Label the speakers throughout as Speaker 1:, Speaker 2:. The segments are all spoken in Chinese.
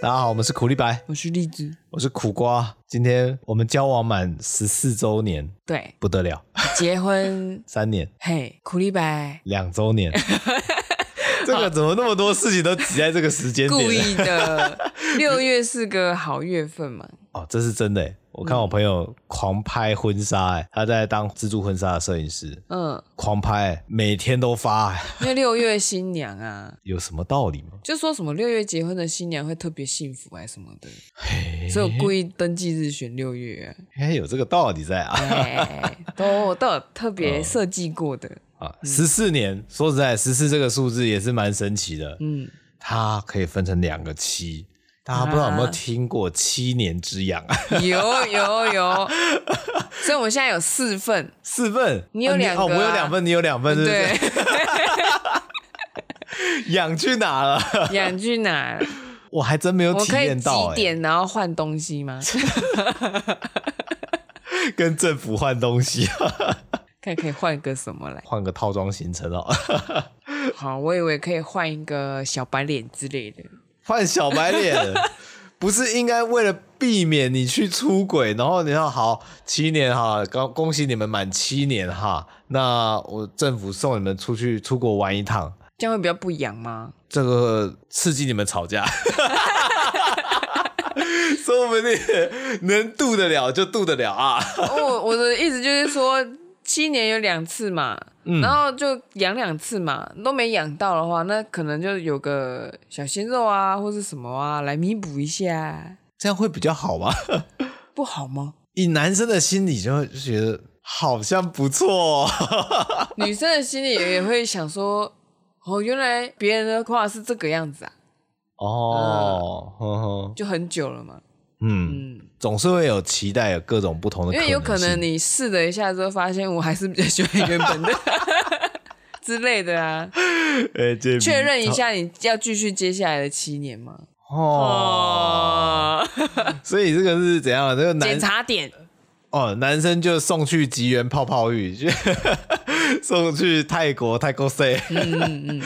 Speaker 1: 大家好，我们是苦力白，
Speaker 2: 我是荔枝，
Speaker 1: 我是苦瓜。今天我们交往满十四周年，
Speaker 2: 对，
Speaker 1: 不得 了，
Speaker 2: 结婚，
Speaker 1: 三年
Speaker 2: 嘿，苦力白，
Speaker 1: 两周 年，这个怎么那么多事情都挤在这个时间
Speaker 2: 故
Speaker 1: 点？
Speaker 2: 意 的。六月是个好月份嘛，
Speaker 1: 哦，这是真的耶。我看我朋友狂拍婚纱，哎，他在当自助婚纱的摄影师，
Speaker 2: 嗯，
Speaker 1: 狂拍，哎每天都发，哎
Speaker 2: 因为六月新娘啊，
Speaker 1: 有什么道理吗？
Speaker 2: 就说什么六月结婚的新娘会特别幸福还是什么的，
Speaker 1: 嘿
Speaker 2: 所以我故意登记日选六月啊。
Speaker 1: 应该有这个道理在啊。
Speaker 2: 哎，都都有特
Speaker 1: 哦
Speaker 2: 别设计过的，
Speaker 1: 啊，十四年，说实在，十四这个数字也是蛮神奇的。
Speaker 2: 嗯，
Speaker 1: 它可以分成两个七，大家不知道有没
Speaker 2: 啊
Speaker 1: 有听过七年之痒啊？
Speaker 2: 有有 有，所以我现在有四份，
Speaker 1: 四份，
Speaker 2: 你有
Speaker 1: 啊
Speaker 2: 两个啊
Speaker 1: 哦，我有两份，你有两份，是不
Speaker 2: 对
Speaker 1: 是？，痒去哪了？
Speaker 2: 养去哪？
Speaker 1: 我还真没有
Speaker 2: 我
Speaker 1: 体
Speaker 2: 可以
Speaker 1: 验到、
Speaker 2: 几
Speaker 1: 欸，
Speaker 2: 点然后换东西吗？
Speaker 1: 跟政府换东西，
Speaker 2: 看可以换个什么来？
Speaker 1: 换个套装行程哦，
Speaker 2: 好，我以为可以换一个小白脸之类的。
Speaker 1: 换小白脸。 不是应该为了避免你去出轨，然后你要好七年哈，恭恭喜你们满七年哈，那我政府送你们出去出国玩一趟，
Speaker 2: 这样会比较不痒吗？
Speaker 1: 这个刺激你们吵架， 说不定能渡得了就渡得了啊。
Speaker 2: 哦我我的意思就是说，七年有两次嘛，
Speaker 1: 嗯
Speaker 2: 然后就养两次嘛，都没养到的话，那可能就有个小鲜肉啊，或是什么啊，来弥补一下，
Speaker 1: 这样会比较好吗？
Speaker 2: 不好吗？
Speaker 1: 以男生的心理就会觉得好像不错、哦，
Speaker 2: 女生的心里也会想说，哦，原来别人的话是这个样子啊，
Speaker 1: 哦，呵呵
Speaker 2: 就很久了嘛。
Speaker 1: 嗯，
Speaker 2: 嗯，
Speaker 1: 总是会有期待，有各种不同的
Speaker 2: 因
Speaker 1: 可能
Speaker 2: 为
Speaker 1: 性，
Speaker 2: 有可能你试了一下之后，发现我还是比较喜欢原本的 之类的啊。
Speaker 1: 哎这
Speaker 2: 确认一下，你要继续接下来的七年吗？
Speaker 1: 哦，
Speaker 2: 哦，
Speaker 1: 所以这个是怎样？啊这个男
Speaker 2: 检查点
Speaker 1: 哦，男生就送去吉原泡泡浴， 去送去泰国泰国 C，、回
Speaker 2: 嗯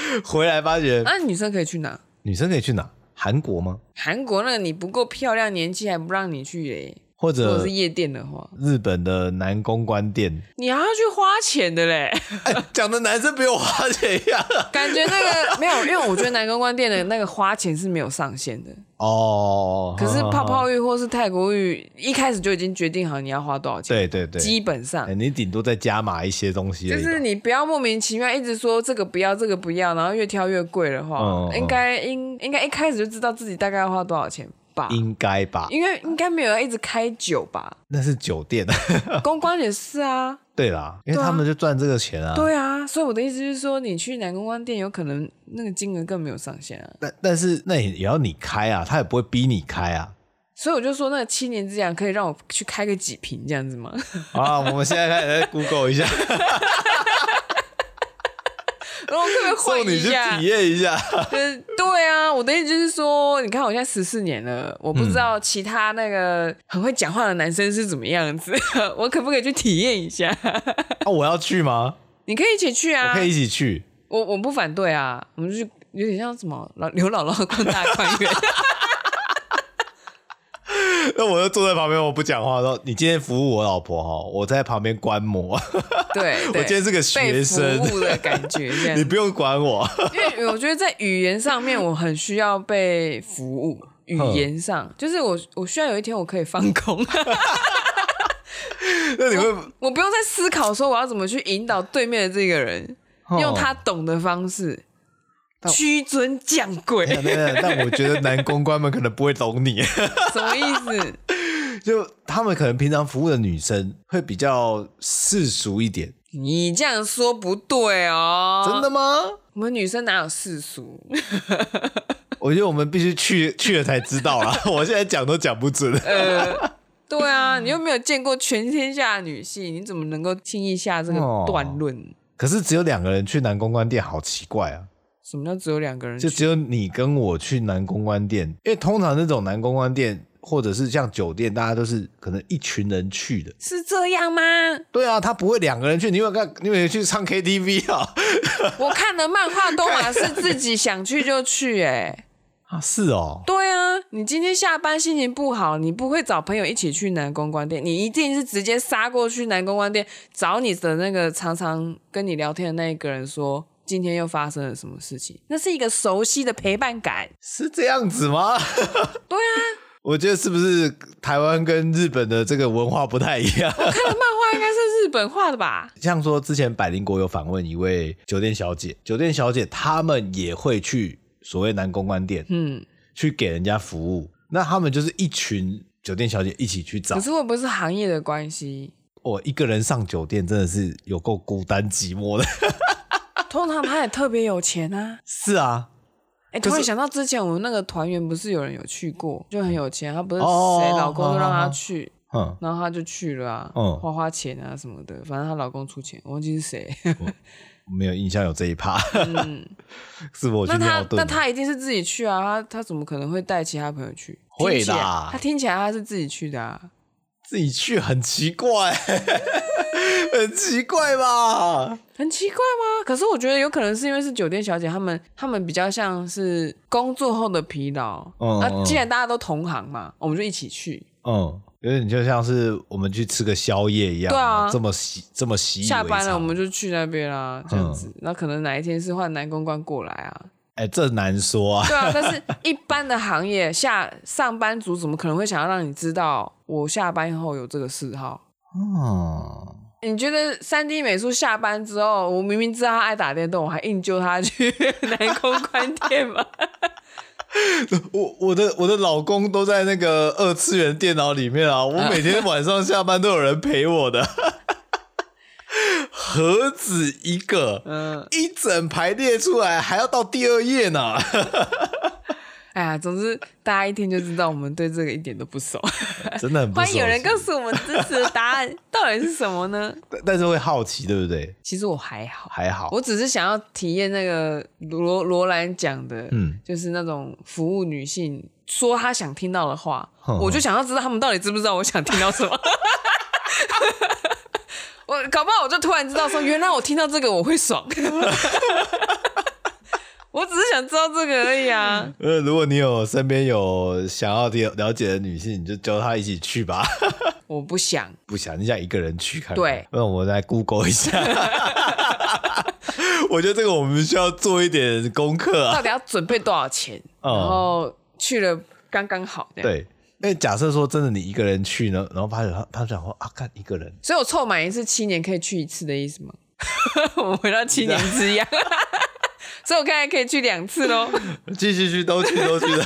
Speaker 1: 来发觉、
Speaker 2: 啊那女生可以去哪？
Speaker 1: 女生可以去哪？韩国吗？
Speaker 2: 韩国那个你不够漂亮，年纪还不让你去嘞。
Speaker 1: 或
Speaker 2: 如果
Speaker 1: 者
Speaker 2: 是夜店的话，
Speaker 1: 日本的男公关店？
Speaker 2: 你还要去花钱的 嘞。
Speaker 1: 哎、讲的男生比我花钱一样啊
Speaker 2: 感觉那个没有，因为我觉得南公关店的那个花钱是没有上限的。
Speaker 1: 哦。
Speaker 2: 可是泡
Speaker 1: 呵呵呵，
Speaker 2: 泡浴或是泰国浴，一开始就已经决定好你要花多少钱，
Speaker 1: 对对对，
Speaker 2: 基本上
Speaker 1: 哎、你顶多再加码一些东西而
Speaker 2: 就
Speaker 1: 已吧，
Speaker 2: 是你不要莫名其妙一直说这个不要，这个不要，然后越挑越贵的话，
Speaker 1: 嗯嗯嗯
Speaker 2: 应该应应该一开始就知道自己大概要花多少钱吧？
Speaker 1: 应该吧？
Speaker 2: 因为应该没有要一直开酒吧，
Speaker 1: 那是酒店，
Speaker 2: 公关也是啊，
Speaker 1: 对啦，因为
Speaker 2: 对啊
Speaker 1: 他们就赚这个钱啊。
Speaker 2: 对啊，所以我的意思就是说，你去男公关店有可能那个金额更没有上限啊，
Speaker 1: 但但是那也也要你开啊，他也不会逼你开 啊。
Speaker 2: 所以我就说那个七年之痒可以让我去开个几瓶这样子吗？
Speaker 1: 好啦，啊我们现在开始在 Google 一 下。
Speaker 2: 然后我可不可以
Speaker 1: 送
Speaker 2: 换
Speaker 1: 你
Speaker 2: 一
Speaker 1: 去
Speaker 2: 下
Speaker 1: 体？验一下。
Speaker 2: 对对啊，我的意思就是说，你看我现在十四年了，我不知道其他那个很会讲话的男生是怎么样子， 我可不可以去体验一下？
Speaker 1: 啊，我要去吗？
Speaker 2: 你可以一起去
Speaker 1: 我
Speaker 2: 啊，
Speaker 1: 可以一起去。
Speaker 2: 我我不反对啊，我们就去有点像什么老刘姥姥逛大观园，
Speaker 1: 那我就坐在旁边，我不讲话。说你今天服务我老婆哈，我在旁边观 摩，
Speaker 2: 对，对
Speaker 1: 我今天是个学
Speaker 2: 被服
Speaker 1: 生
Speaker 2: 务的感觉，这样
Speaker 1: 你，不用管 我。
Speaker 2: 因为我觉得在语言上面我很需要被服务，语言上就是我我需要有一天我可以放空。
Speaker 1: 那你会
Speaker 2: 我不用再思考说我要怎么去引导对面的这个人，
Speaker 1: 哦
Speaker 2: 用他懂的方式
Speaker 1: 但
Speaker 2: 屈尊降 贵，
Speaker 1: 等等等等但我觉得男公关们可能不会懂你，
Speaker 2: 什么意思？
Speaker 1: 就他们可能平常服务的女生会比较世俗一点。
Speaker 2: 你这样说不对哦，
Speaker 1: 真的，吗？
Speaker 2: 我们女生哪有世俗？
Speaker 1: 我觉得我们必须去去了才知道啦。 我现在讲都讲不准。
Speaker 2: 对啊，你又没有见过全天下的女性，你怎么能够轻易下这个
Speaker 1: 哦
Speaker 2: 断论？
Speaker 1: 可是只有两个人去男公关店，好奇怪啊！
Speaker 2: 什么叫只有两个人
Speaker 1: 就
Speaker 2: 去？
Speaker 1: 只有你跟我去男公关店，因为通常那种男公关店或者是像酒店，大家都是可能一群人去的。
Speaker 2: 是这样 吗？
Speaker 1: 对啊，他不会两个人去，你有没有看？你有没有去唱 KTV 啊？
Speaker 2: 我看的漫画都嘛是自己想去就去、欸，
Speaker 1: 啊，是哦，
Speaker 2: 对啊，你今天下班心情不好，你不会找朋友一起去南公关店，你一定是直接杀过去南公关店找你的那个常常跟你聊天的那一个人说，今天又发生了什么事情？那是一个熟悉的陪伴感。
Speaker 1: 是这样子吗？
Speaker 2: 对啊，
Speaker 1: 我觉得是不是台湾跟日本的这个文化不太一样？
Speaker 2: 我看的漫画应该是日本画的吧？
Speaker 1: 像说之前百灵国有访问一位酒店小姐，酒店小姐他们也会去所谓男公关店
Speaker 2: 嗯，
Speaker 1: 去给人家服务，那他们就是一群酒店小姐一起去找
Speaker 2: 可。是会不会是行业的关系？
Speaker 1: 我一个人上酒店真的是有够孤单寂寞的。
Speaker 2: 通常他也特别有钱啊。
Speaker 1: 是啊，
Speaker 2: 哎、
Speaker 1: 可
Speaker 2: 突
Speaker 1: 是
Speaker 2: 然想到之前我们那个团员不是有人有去过，就很有钱，他不是
Speaker 1: 哦
Speaker 2: 谁老公
Speaker 1: 好
Speaker 2: 都让
Speaker 1: 好好
Speaker 2: 他去，
Speaker 1: 嗯，
Speaker 2: 然后他就去了啊，
Speaker 1: 嗯
Speaker 2: 花花钱啊什么的，反正她老公出钱，我忘记是 谁。嗯
Speaker 1: 没有印象有这一趴， 是不是我去
Speaker 2: 那
Speaker 1: 尿
Speaker 2: 他
Speaker 1: 遁啊
Speaker 2: 那
Speaker 1: 了？
Speaker 2: 他一定是自己去啊，他他怎么可能会带其他朋友去？
Speaker 1: 会
Speaker 2: 听起来
Speaker 1: 啦
Speaker 2: 他听起来他是自己去的啊。
Speaker 1: 自己去很奇怪， 很奇怪吧？
Speaker 2: 很奇怪吗？可是我觉得有可能是因为是酒店小姐，他们他们比较像是工作后的疲劳。
Speaker 1: 嗯
Speaker 2: 那、
Speaker 1: 嗯
Speaker 2: 啊既然大家都同行嘛，我们就一起去。
Speaker 1: 嗯，有点就像是我们去吃个宵夜一样，
Speaker 2: 对啊
Speaker 1: 这么习这么习以为
Speaker 2: 下班了，
Speaker 1: 常嗯
Speaker 2: 我们就去那边啦，这样子。那可能哪一天是换男公关过 来啊？
Speaker 1: 哎、这难说啊。
Speaker 2: 对啊，但是一般的行业下上班族怎么可能会想要让你知道我下班后有这个嗜好？
Speaker 1: 嗯，
Speaker 2: 你觉得三 D 美术下班之后，我明明知道他爱打电动，我还硬揪他去 男公关 店吗？
Speaker 1: 我我的我的老公都在那个二次元电脑里面啊，我每天晚上下班都有人陪我 的，何止一个？
Speaker 2: 嗯，
Speaker 1: 一整排列出来，还要到第二页 呢。
Speaker 2: 哎呀，总之大家一听就知道我们对这个一点都 不熟。
Speaker 1: 真的很不
Speaker 2: 欢迎有人
Speaker 1: 熟悉
Speaker 2: 告诉我们真实的答案到底是什么呢？
Speaker 1: 但但是会好奇，对不对？
Speaker 2: 其实我还好，
Speaker 1: 还好，
Speaker 2: 我只是想要体验那个罗罗兰讲的，
Speaker 1: 嗯
Speaker 2: 就是那种服务女性说她想听到的话，
Speaker 1: 哼
Speaker 2: 我就想要知道他们到底知不知道我想听到什么。 我搞不好我就突然知道说，原来我听到这个我会爽。 我只是想知道这个而已啊。
Speaker 1: 呃，如果你有身边有想要了了解的女性，你就叫她一起去吧。
Speaker 2: 我不想，
Speaker 1: 不想，你想一个人去看看？
Speaker 2: 对
Speaker 1: 那我来 Google 一 下。 我觉得这个我们需要做一点功课啊。
Speaker 2: 到底要准备多少钱？
Speaker 1: 嗯
Speaker 2: 然后去了刚刚好。这样，
Speaker 1: 对，因为假设说真的，你一个人去呢，然后发现他他讲说啊，看一个人，
Speaker 2: 所以我凑满一次七年可以去一次的意思吗？ 我们回到七年 之痒，所以我刚才可以去两次喽。
Speaker 1: 继续去都去都去 的，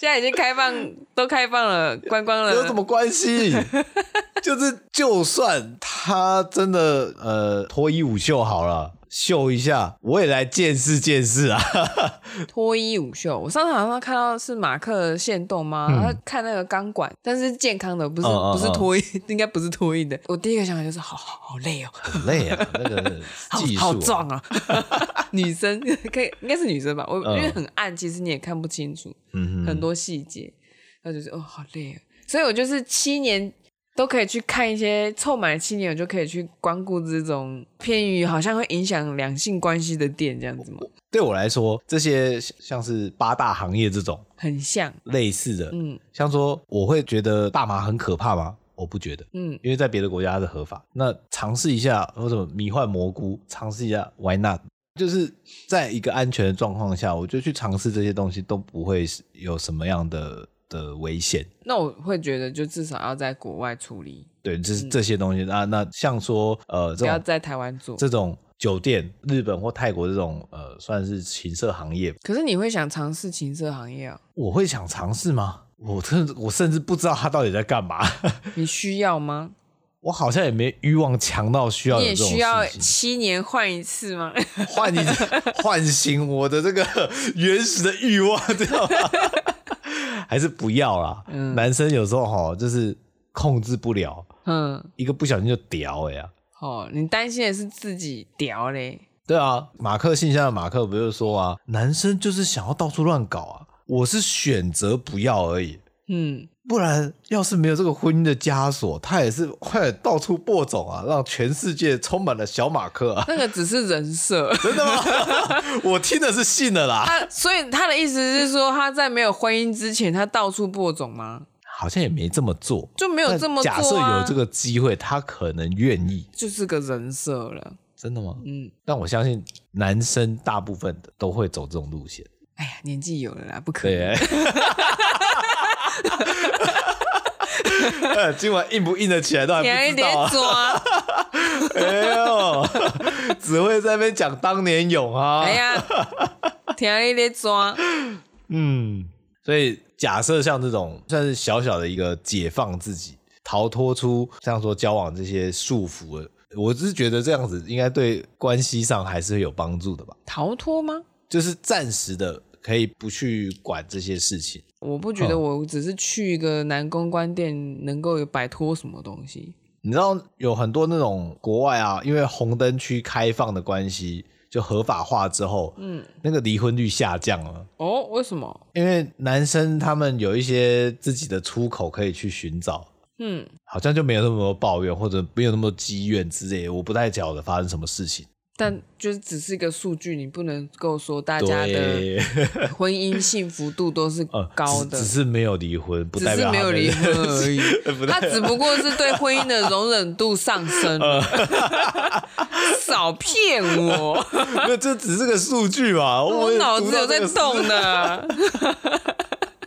Speaker 2: 现在已经开放，都开放了，观光了。
Speaker 1: 有什么关系？ 就是就算他真的呃脱衣舞秀好了，秀一下，我也来见识见识啊。
Speaker 2: 脱衣舞秀？我上次好像看到是马克的线动吗？他看那个钢管，但是健康的，不
Speaker 1: 嗯
Speaker 2: 是
Speaker 1: 嗯嗯
Speaker 2: 不是脱衣， 应该不是脱衣的。我第一个想法就是好好好累哦，
Speaker 1: 很累 啊，那个
Speaker 2: 好
Speaker 1: 技术、
Speaker 2: 好壮啊， 女生可以应该是女生吧？我、
Speaker 1: 嗯
Speaker 2: 因为很暗，其实你也看不清楚。
Speaker 1: 嗯
Speaker 2: 很
Speaker 1: 哼，
Speaker 2: 多细节，然后就是哦，好累、啊。所以我就是七年都可以去看一些，凑满了七年我就可以去光顾这种偏于好像会影响两性关系的店，这样子吗？
Speaker 1: 对我来说，这些像是八大行业这种
Speaker 2: 很像，
Speaker 1: 类似的，
Speaker 2: 嗯
Speaker 1: 像说我会觉得大麻很可怕吗？我不觉得，
Speaker 2: 嗯，
Speaker 1: 因为在别的国家它是合法。那尝试一下或者迷幻蘑菇，尝试一下 Why not？就是在一个安全的状况下，我觉得去尝试这些东西都不会是有什么样的的危险。
Speaker 2: 那我会觉得就至少要在国外处理，
Speaker 1: 对，这是这些东西啊。那像说呃
Speaker 2: 嗯不
Speaker 1: 这
Speaker 2: 要
Speaker 1: 种
Speaker 2: 在台湾做。
Speaker 1: 这种酒店，日本或泰国这种呃算是情色行业，
Speaker 2: 可是你会想尝试情色行业啊？
Speaker 1: 我会想尝试吗？我甚至我甚至不知道他到底在干嘛，
Speaker 2: 你需要吗？
Speaker 1: 我好像也没欲望强到需要
Speaker 2: 你
Speaker 1: 有
Speaker 2: 也
Speaker 1: 这种
Speaker 2: 需要
Speaker 1: 事情。
Speaker 2: 七年换一次吗？
Speaker 1: 唤你唤醒我的这个原始的欲望，知道吗？还是不要啦。男生有时候哈，就是控制不了，
Speaker 2: 嗯，
Speaker 1: 一个不小心就屌欸啊了呀。
Speaker 2: 哦，你担心的是自己屌嘞。
Speaker 1: 对啊，马克信箱的马克不就说啊，男生就是想要到处乱搞啊，我是选择不要而已。
Speaker 2: 嗯，
Speaker 1: 不然要是没有这个婚姻的枷锁，他也是快点到处播种啊，让全世界充满了小马克啊！
Speaker 2: 那个只是人设。
Speaker 1: 真的吗？ 我听的是信的啦，
Speaker 2: 他所以他的意思是说，他在没有婚姻之前，他到处播种吗？
Speaker 1: 好像也没这么做。
Speaker 2: 就没有这么做、啊、
Speaker 1: 假设有这，个机会，他可能愿意。
Speaker 2: 就是个人设了。
Speaker 1: 真的吗？
Speaker 2: 嗯，
Speaker 1: 但我相信男生大部分的都会走这种路线。
Speaker 2: 哎呀，年纪有了啦，不可
Speaker 1: 对
Speaker 2: 以。，
Speaker 1: 呃今晚硬不硬得起来都还
Speaker 2: 你还
Speaker 1: 不知道、
Speaker 2: 得
Speaker 1: 啊。
Speaker 2: 抓，
Speaker 1: 哎 呦，只会在那边讲当年勇啊。
Speaker 2: 哎呀，听你得抓，
Speaker 1: 嗯，所以假设像这种算是小小的一个解放自己，逃脱出像说交往这些束缚了，我只是觉得这样子应该对关系上还是会有帮助的吧，
Speaker 2: 逃脱吗？
Speaker 1: 就是暂时的可以不去管这些事情。
Speaker 2: 我不觉得，
Speaker 1: 哦
Speaker 2: 我只是去一个男公关店能够有摆脱什么东西。
Speaker 1: 你知道有很多那种国外啊，因为红灯区开放的关系，就合法化之后，嗯，那个离婚率下降了。
Speaker 2: 哦，为什么？
Speaker 1: 因为男生他们有一些自己的出口可以去寻找，
Speaker 2: 嗯，
Speaker 1: 好像就没有那么多抱怨或者没有那么多积怨之类的，我不太晓得发生什么事情。
Speaker 2: 但就是只是一个数据，你不能够说大家的
Speaker 1: 对，
Speaker 2: 婚姻幸福度 都是
Speaker 1: 呃，
Speaker 2: 高的
Speaker 1: 只只，是没有离婚，不
Speaker 2: 只
Speaker 1: 代
Speaker 2: 是
Speaker 1: 表
Speaker 2: 没
Speaker 1: 他
Speaker 2: 有
Speaker 1: 们
Speaker 2: 离婚而已。
Speaker 1: 不
Speaker 2: 他
Speaker 1: 代
Speaker 2: 只不过是对婚姻的容忍度上升
Speaker 1: 呃
Speaker 2: 了， 少骗 我，
Speaker 1: 没有，这只是个数据嘛。
Speaker 2: 我
Speaker 1: 也
Speaker 2: 脑
Speaker 1: 读
Speaker 2: 子
Speaker 1: 到
Speaker 2: 有在
Speaker 1: 这个数
Speaker 2: 动呢。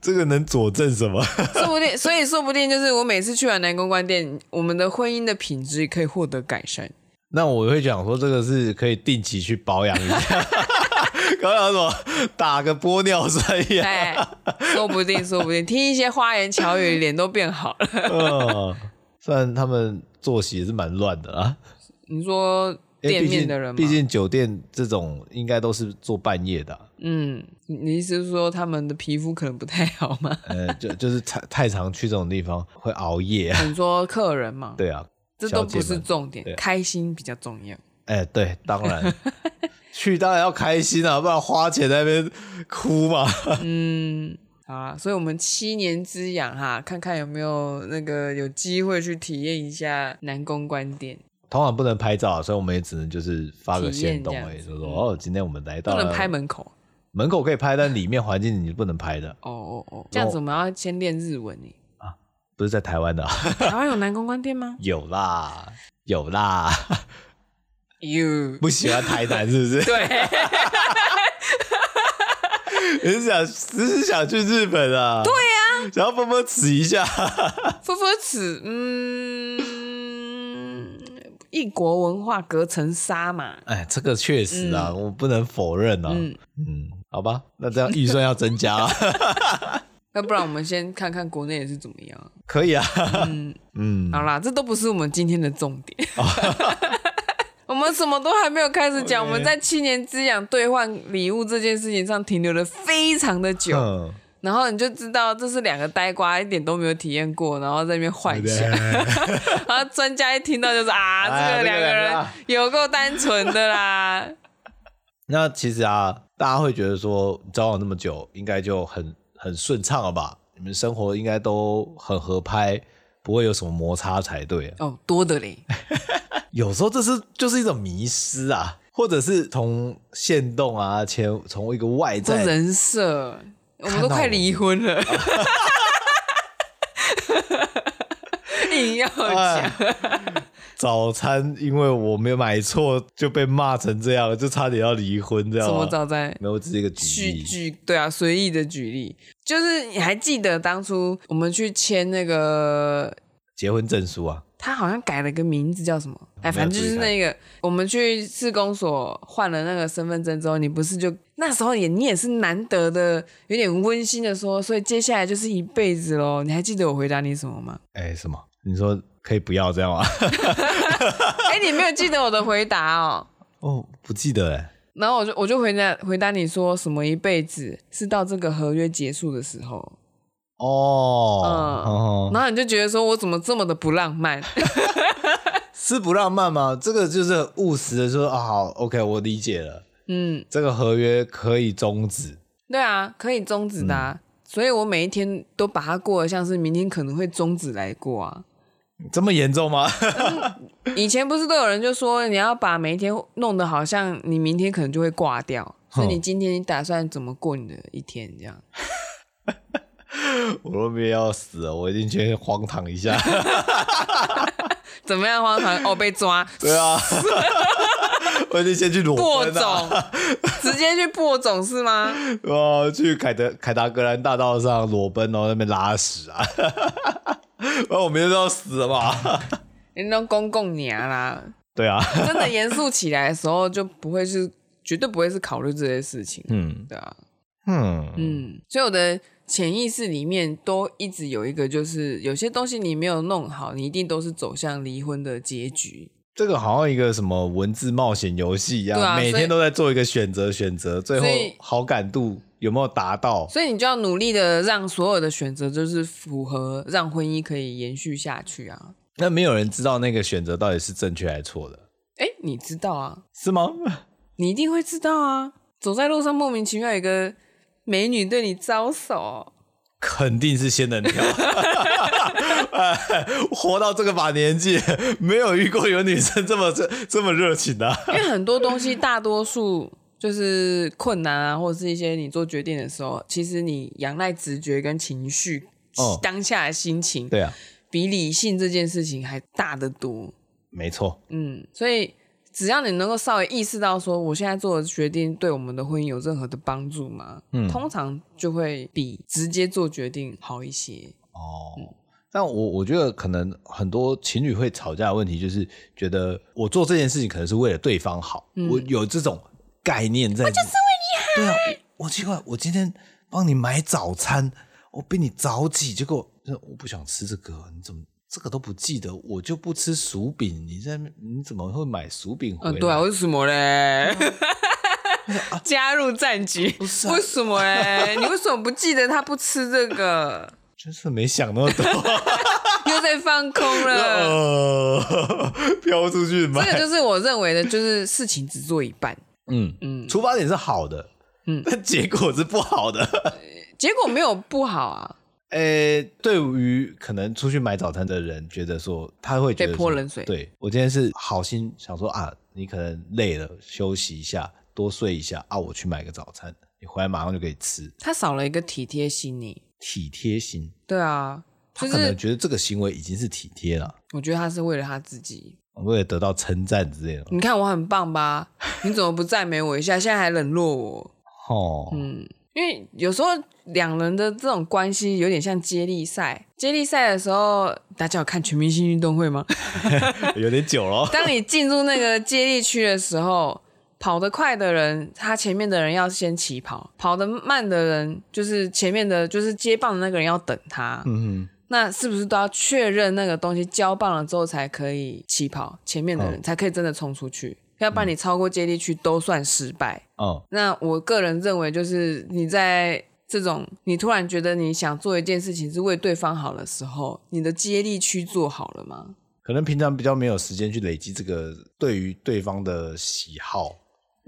Speaker 1: 这个能佐证什么？
Speaker 2: 说不定，所以说不定就是我每次去完南公关店，我们的婚姻的品质可以获得改 善。
Speaker 1: 那我会讲说，这个是可以定期去保养一下， 搞养什么打个玻尿酸呀？
Speaker 2: 哎，说不定，说不定听一些花言巧语，脸都变好了。
Speaker 1: 嗯，虽然他们作息也是蛮乱的啊，
Speaker 2: 你说
Speaker 1: 因为哎
Speaker 2: 店
Speaker 1: 毕
Speaker 2: 面
Speaker 1: 竟
Speaker 2: 的人吗？
Speaker 1: 毕竟酒店这种应该都是做半夜的啊、
Speaker 2: 嗯，你你意思是说他们的皮肤可能不太好吗？
Speaker 1: 呃，就就是太太常去这种地方会熬夜啊，
Speaker 2: 你说客人嘛，
Speaker 1: 对啊，
Speaker 2: 这都不
Speaker 1: 小姐
Speaker 2: 是
Speaker 1: 们
Speaker 2: 重
Speaker 1: 对
Speaker 2: 点，
Speaker 1: 啊
Speaker 2: 开心比较重要。
Speaker 1: 哎、对，当然去当然要开心啊，不然花钱在那边哭嘛。
Speaker 2: 好啊，所以我们七年之痒哈，看看有没有那个有机会去体验一下南宫关店，
Speaker 1: 通常不能拍照啊，所以我们也只能就是发个
Speaker 2: 体验
Speaker 1: 线动
Speaker 2: 这样
Speaker 1: 而已，
Speaker 2: 子
Speaker 1: 就说
Speaker 2: 嗯
Speaker 1: 哦，今天我们来
Speaker 2: 不
Speaker 1: 到
Speaker 2: 能
Speaker 1: 了
Speaker 2: 拍门口。
Speaker 1: 门口可以拍，但里面环境你不能拍的，
Speaker 2: 哦哦哦，这样子我们要先练日文呢。
Speaker 1: 不是在台湾的、啊，
Speaker 2: 台湾有南宫关店吗？
Speaker 1: 有啦，有啦，
Speaker 2: 有，
Speaker 1: 不喜欢台南是不是？
Speaker 2: 对，
Speaker 1: 只是想只是想去日本啊？对呀、想要疯疯吃一下，
Speaker 2: 夫妇齿，嗯，异国文化隔层纱嘛。
Speaker 1: 哎，这个确实啊，我不能否认啊，嗯
Speaker 2: 嗯
Speaker 1: 好吧，那这样预算要增加、啊，
Speaker 2: 要不然我们先看看国内是怎么样。
Speaker 1: 可以啊，嗯啊
Speaker 2: 好啦，这都不是我们今天的重点。 我们什么都还没有开始讲，
Speaker 1: OK
Speaker 2: 我们在七年之痒兑换礼物这件事情上停留了非常的久，
Speaker 1: 嗯，
Speaker 2: 然后你就知道这是两个呆瓜，一点都没有体验过，然后在那边幻想， 然后专家一听到就是啊，
Speaker 1: 哎呀
Speaker 2: 这个
Speaker 1: 这个两
Speaker 2: 两个
Speaker 1: 个
Speaker 2: 人
Speaker 1: 啊
Speaker 2: 有够单纯的啦，
Speaker 1: 那其实啊，大家会觉得说交往那么久，应该就很很顺畅了吧？你们生活应该都很合拍，不会有什么摩擦才对啊。
Speaker 2: 哦，多的嘞，
Speaker 1: 有时候这是就是一种迷失啊，或者是从线动啊，前从一个外
Speaker 2: 这
Speaker 1: 在
Speaker 2: 人设，我们
Speaker 1: 看到
Speaker 2: 都快离婚了， 硬要讲。
Speaker 1: 哎早餐，因为我没有买错，就被骂成这样了，就差点要离婚这样
Speaker 2: 怎
Speaker 1: 吗。
Speaker 2: 么早在
Speaker 1: 没有，我只是一个举
Speaker 2: 举
Speaker 1: 例。
Speaker 2: 举对啊，随意的举例，就是你还记得当初我们去签那个，
Speaker 1: 结婚证书啊，
Speaker 2: 他好像改了个名字叫什么？哎，
Speaker 1: 没有
Speaker 2: 反正就是
Speaker 1: 注意看
Speaker 2: 那个，我们去市公所换了那个身份证之后，你不是就那时候也你也是难得的，有点温馨的说，所以接下来就是一辈子喽。你还记得我回答你什么吗？
Speaker 1: 哎，什么？你说可以不要这样吗？
Speaker 2: 哎，你没有记得我的回答哦。
Speaker 1: 哦，不记得哎。
Speaker 2: 然后我就我就回答回答你说什么一辈子是到这个合约结束的时候，
Speaker 1: 哦，
Speaker 2: 嗯
Speaker 1: 哦
Speaker 2: 然后你就觉得说我怎么这么的不浪漫，
Speaker 1: 是不浪漫吗？这个就是很务实的说啊，好，OK，我理解了，
Speaker 2: 嗯，
Speaker 1: 这个合约可以终止。嗯
Speaker 2: 对啊，可以终止的、啊所以我每一天都把它过得像是明天可能会终止来过啊。
Speaker 1: 这么严重吗？
Speaker 2: 以前不是都有人就说你要把每一天弄得好像你明天可能就会挂掉，所以你今天你打算怎么过你的一天这样？
Speaker 1: 我都没要死了，我一定先荒唐一 下。
Speaker 2: 怎么样荒唐？哦，被 抓，
Speaker 1: 对啊，我就先去裸
Speaker 2: 播
Speaker 1: 奔
Speaker 2: 种
Speaker 1: 啊，，
Speaker 2: 直接去播种是吗？
Speaker 1: 哦，去凯德凯达格兰大道上裸奔，然后在那边拉屎啊， 然后我明天都要死了吧？
Speaker 2: 你那种公共娘啦，
Speaker 1: 对啊，
Speaker 2: 真的严肃起来的时候就不会是，绝对不会是考虑这些事情，
Speaker 1: 嗯
Speaker 2: 对啊，
Speaker 1: 嗯，
Speaker 2: 嗯，所以我的潜意识里面都一直有一个，就是有些东西你没有弄好，你一定都是走向离婚的结局。
Speaker 1: 这个好像一个什么文字冒险游戏一样，
Speaker 2: 对啊
Speaker 1: 每
Speaker 2: 所以
Speaker 1: 天都在做一个选择，选择最后
Speaker 2: 所以
Speaker 1: 好感度有没有达到？
Speaker 2: 所以你就要努力的让所有的选择就是符合，让婚姻可以延续下去啊。
Speaker 1: 那没有人知道那个选择到底是正确还是错的，
Speaker 2: 哎，你知道啊，
Speaker 1: 是吗？
Speaker 2: 你一定会知道啊。走在路上莫名其妙有一个美女对你招手，
Speaker 1: 肯定是仙人跳。 哎活到这个把年纪，没有遇过有女生这么这这么热情的、啊
Speaker 2: 因为很多东西大多数就是困难啊，或者是一些你做决定的时候，其实你仰赖直觉跟情绪。
Speaker 1: 哦
Speaker 2: 当下的心情
Speaker 1: 对啊，
Speaker 2: 比理性这件事情还大得多。
Speaker 1: 没错。
Speaker 2: 嗯，所以只要你能够稍微意识到说，我现在做的决定对我们的婚姻有任何的帮助吗？
Speaker 1: 嗯
Speaker 2: 通常就会比直接做决定好一些。
Speaker 1: 哦，但我我觉得可能很多情侣会吵架的问题，就是觉得我做这件事情可能是为了对方好，我有这种概念嗯在。我就是为你好。对啊，我我奇怪，我今天帮你买早餐，我比你早起，结果呃我不想吃这个，你怎么？这个都不记得，我就不吃薯饼。你在那边你怎么会买薯饼回
Speaker 2: 嗯、
Speaker 1: 来？
Speaker 2: 对啊，为什么嘞？ 加入战局？不
Speaker 1: 是啊
Speaker 2: 为什么嘞？你为什么不记得他不吃这个？
Speaker 1: 就是没想那么 多，
Speaker 2: 又在放空 了。
Speaker 1: 呃，飘出去买
Speaker 2: 这。个就是我认为的，就是事情只做一半，
Speaker 1: 嗯嗯，出发点是好的，嗯
Speaker 2: 嗯，
Speaker 1: 但结果是不好的。
Speaker 2: 结果没有不好啊，
Speaker 1: 呃、对于可能出去买早餐的人，觉得说他会觉得
Speaker 2: 被泼
Speaker 1: 说
Speaker 2: 冷水
Speaker 1: 对我今天是好心想说啊，你可能累了，休息一下，多睡一下啊，我去买个早餐，你回来马上就可以吃，
Speaker 2: 他少了一个体贴心呢。
Speaker 1: 体贴心。
Speaker 2: 对啊，
Speaker 1: 他
Speaker 2: 就
Speaker 1: 可能
Speaker 2: 是
Speaker 1: 觉得这个行为已经是体贴了，
Speaker 2: 我觉得他是为了他自己。
Speaker 1: 为了得到称赞之类的。
Speaker 2: 你看我很棒吧？你怎么不赞美我一下？现在还冷落我？
Speaker 1: 哦，
Speaker 2: 嗯，因为有时候两人的这种关系有点像接力赛。接力赛的时候，大家有看全明星运动会吗？
Speaker 1: 有点久了。
Speaker 2: 当你进入那个接力区的时候，跑得快的人，他前面的人要先起跑；跑得慢的人，就是前面的，就是接棒的那个人要等他。
Speaker 1: 嗯
Speaker 2: 那是不是都要确认那个东西交棒了之后才可以起跑？前面的人才可以真的冲出去，要不然你超过接力区都算失败。
Speaker 1: 哦，
Speaker 2: 那我个人认为，就是你在这种你突然觉得你想做一件事情是为对方好的时候，你的接力区做好了吗？
Speaker 1: 可能平常比较没有时间去累积这个对于对方的喜好。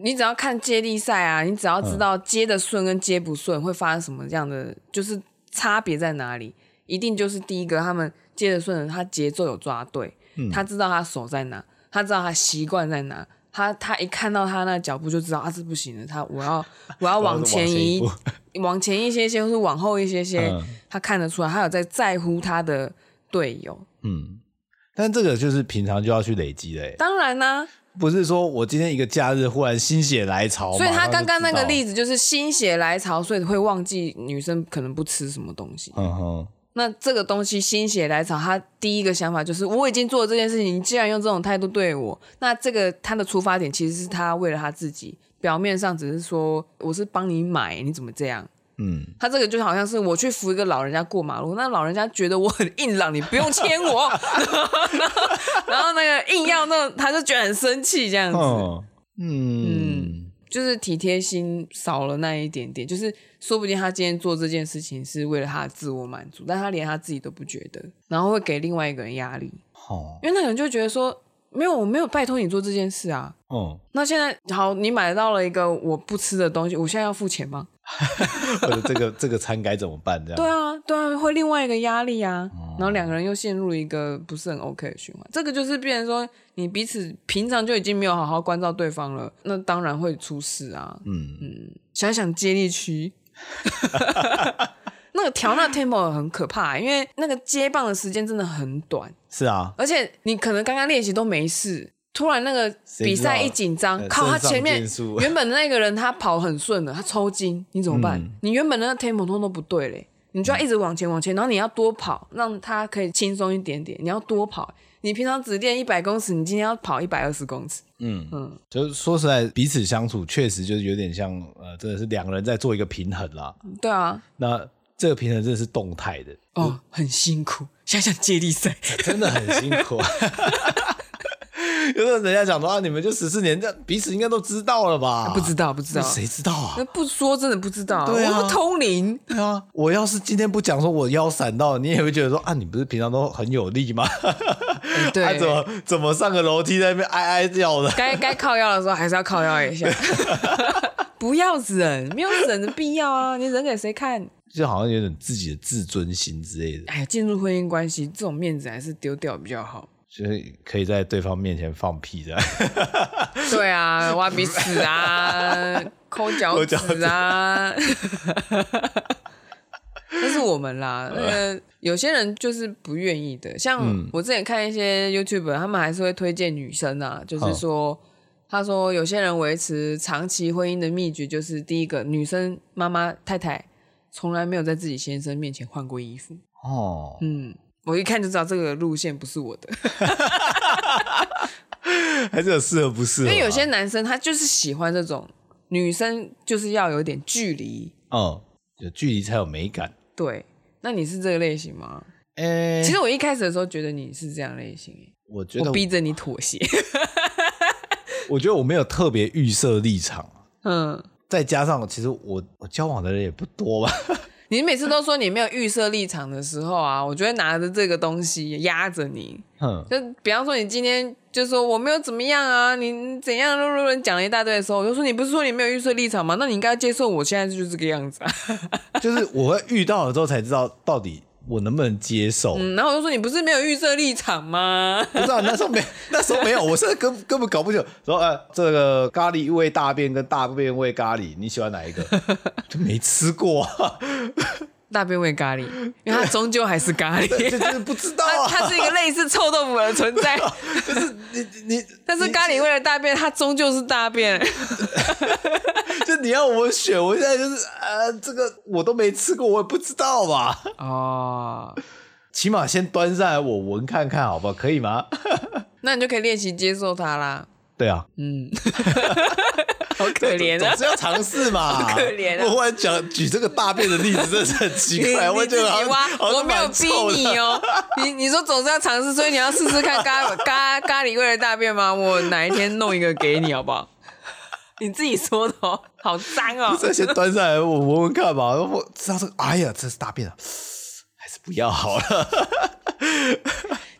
Speaker 2: 你只要看接力赛啊，你只要知道接的顺跟接不顺会发生什么样的，就是差别在哪里，一定就是第一个他们接的顺的，他节奏有抓对，他知道他手在哪，他知道他习惯在哪，他他一看到他那脚步就知道啊，这不行了，他我要 我要往前移，
Speaker 1: 步
Speaker 2: 往前一些些，或是往后一些些，
Speaker 1: 嗯
Speaker 2: 他看得出来，他有在在乎他的队友。
Speaker 1: 嗯，但这个就是平常就要去累积的、欸，
Speaker 2: 当然啦、
Speaker 1: 不是说我今天一个假日忽然心血来潮，
Speaker 2: 所以
Speaker 1: 哦
Speaker 2: 他
Speaker 1: 马上就
Speaker 2: 刚刚那个例
Speaker 1: 知
Speaker 2: 子就是心血来潮，所以会忘记女生可能不吃什么东西。
Speaker 1: 道，嗯哼，
Speaker 2: 那这个东西心血来潮，他第一个想法就是我已经做了这件事情，你既然用这种态度对我，那这个他的出发点其实是他为了他自己，表面上只是说我是帮你买，你怎么这样？
Speaker 1: 嗯，
Speaker 2: 他这个就好像是我去扶一个老人家过马路，那老人家觉得我很硬朗，你不用牵我， 然后然后那个硬要那种他就觉得很生气这样子。
Speaker 1: 哦，嗯，
Speaker 2: 就是体贴心少了那一点点，就是说不定他今天做这件事情是为了他的自我满足，但他连他自己都不觉得，然后会给另外一个人压力，
Speaker 1: 好，
Speaker 2: 因为那个人就觉得说，没有，我没有拜托你做这件事啊。
Speaker 1: 嗯，
Speaker 2: 那现在好，你买到了一个我不吃的东西，我现在要付钱吗？
Speaker 1: 或者这个这个餐该怎么办？这样
Speaker 2: 对啊，对啊，会另外一个压力啊，然后两个人又陷入一个不是很 OK 的循环。这个就是变成说，你彼此平常就已经没有好好关照对方了，那当然会出事啊。
Speaker 1: 嗯
Speaker 2: 嗯，想想接力区， 那个调那 tempo 很可怕、因为那个接棒的时间真的很短，
Speaker 1: 是啊，
Speaker 2: 而且你可能刚刚练习都没事。突然那个
Speaker 1: 谁知道
Speaker 2: 比赛一紧张，
Speaker 1: 呃
Speaker 2: 靠！他
Speaker 1: 肾上
Speaker 2: 前面
Speaker 1: 腺素
Speaker 2: 原本的那个人他跑很顺的，他抽筋，你怎么办？
Speaker 1: 嗯
Speaker 2: 你原本的那个 tempo 通都不对嘞，你就要一直往前往前，然后你要多跑，让他可以轻松一点点。你要多跑，你平常只练一百公尺，你今天要跑一百二十公尺，
Speaker 1: 嗯
Speaker 2: 嗯
Speaker 1: 就是说实在，彼此相处确实就是有点像呃，真的是两个人在做一个平衡啦。
Speaker 2: 对啊，
Speaker 1: 那这个平衡真的是动态的，
Speaker 2: 哦，很辛苦。想想接力赛，
Speaker 1: 真的很辛苦。啊 有时候人家讲说啊，你们就十四年，这样彼此应该都知道了吧？
Speaker 2: 不知道不知道
Speaker 1: 那，啊谁知道啊
Speaker 2: 那？不说真的不知道，
Speaker 1: 对啊
Speaker 2: 我不通灵。
Speaker 1: 对啊，我要是今天不讲说我腰闪到，你也会觉得说啊，你不是平常都很有力吗？
Speaker 2: 哎 对，
Speaker 1: 啊、怎么怎么上个楼梯在那边哀哀叫的？
Speaker 2: 该该靠腰的时候还是要靠腰一下， 不要忍，没有忍的必要啊！你忍给谁看？
Speaker 1: 就好像有点自己的自尊心之类的，
Speaker 2: 哎，进入婚姻关系，这种面子还是丢掉比较好。
Speaker 1: 就是可以在对方面前放屁 的。
Speaker 2: 对啊，挖鼻屎啊，抠脚趾啊，这是我们啦。那个有些人就是不愿意的，像我之前看一些 YouTube，他们还是会推荐女生啊，就是说，他说有些人维持长期婚姻的秘诀就是第一个，女生妈妈太太从来没有在自己先生面前换过衣服。
Speaker 1: 哦，
Speaker 2: 嗯，我一看就知道这个路线不是我的。
Speaker 1: 还是有适合不适合啊、
Speaker 2: 因为有些男生他就是喜欢这种女生，就是要有点距离。
Speaker 1: 嗯，有距离才有美感。
Speaker 2: 对，那你是这个类型吗？
Speaker 1: 哎、
Speaker 2: 其实我一开始的时候觉得你是这样类型耶，
Speaker 1: 我觉得
Speaker 2: 我
Speaker 1: 我
Speaker 2: 逼着你妥协。
Speaker 1: 我觉得我没有特别预设立场，啊
Speaker 2: 嗯，
Speaker 1: 再加上其实我我交往的人也不多吧，
Speaker 2: 你每次都说你没有预设立场的时候啊， 我就会拿着这个东西压着你。
Speaker 1: 哼，
Speaker 2: 就比方说你今天就说我没有怎么样啊，你你怎样，路路人讲了一大堆的时候，我就说你不是说你没有预设立场吗？那你应该接受我现在就是这个样子啊。
Speaker 1: 就是我会遇到了之后才知道到底我能不能接受。
Speaker 2: 嗯，然后我就说你不是没有预设立场吗？
Speaker 1: 不知道那时候没，那时候没有，我是根根本搞不清楚。说呃，这个咖喱味大便跟大便味咖喱，你喜欢哪 一个？就没吃过、啊，
Speaker 2: 大便味咖喱，因为它终究 还是咖
Speaker 1: 就
Speaker 2: 喱，
Speaker 1: 就是不知道
Speaker 2: 它
Speaker 1: 啊。
Speaker 2: 它是一个类似臭豆腐的存 在，
Speaker 1: 就是你你，
Speaker 2: 但是咖喱味的大便，它终究是大 便。
Speaker 1: 就你要我选，我现在就是呃，这个我都没吃过，我也不知道吧。
Speaker 2: 哦，
Speaker 1: 起码先端上来我闻看看，好不好？可以吗？
Speaker 2: 那你就可以练习接受它啦。
Speaker 1: 对啊，
Speaker 2: 嗯，好可怜
Speaker 1: 总
Speaker 2: 啊
Speaker 1: 是！要尝试嘛。
Speaker 2: 好可怜啊
Speaker 1: 我忽然讲举这个大便的例子，真的是很奇
Speaker 2: 你
Speaker 1: 怪。我
Speaker 2: 你
Speaker 1: 觉
Speaker 2: 自
Speaker 1: 得好
Speaker 2: 己
Speaker 1: 像
Speaker 2: 挖，
Speaker 1: 好
Speaker 2: 我
Speaker 1: 像
Speaker 2: 没有
Speaker 1: 蛮
Speaker 2: 逼
Speaker 1: 臭的
Speaker 2: 你哦。你你说总是要尝试，所以你要试试看咖 咖咖喱味的大便吗？我哪一天弄一个给你好不好？你自己说的哦，好脏哦。
Speaker 1: 这先端上来，我闻闻看吧。我知道这个，哎呀，这是大便啊，还是不要好了。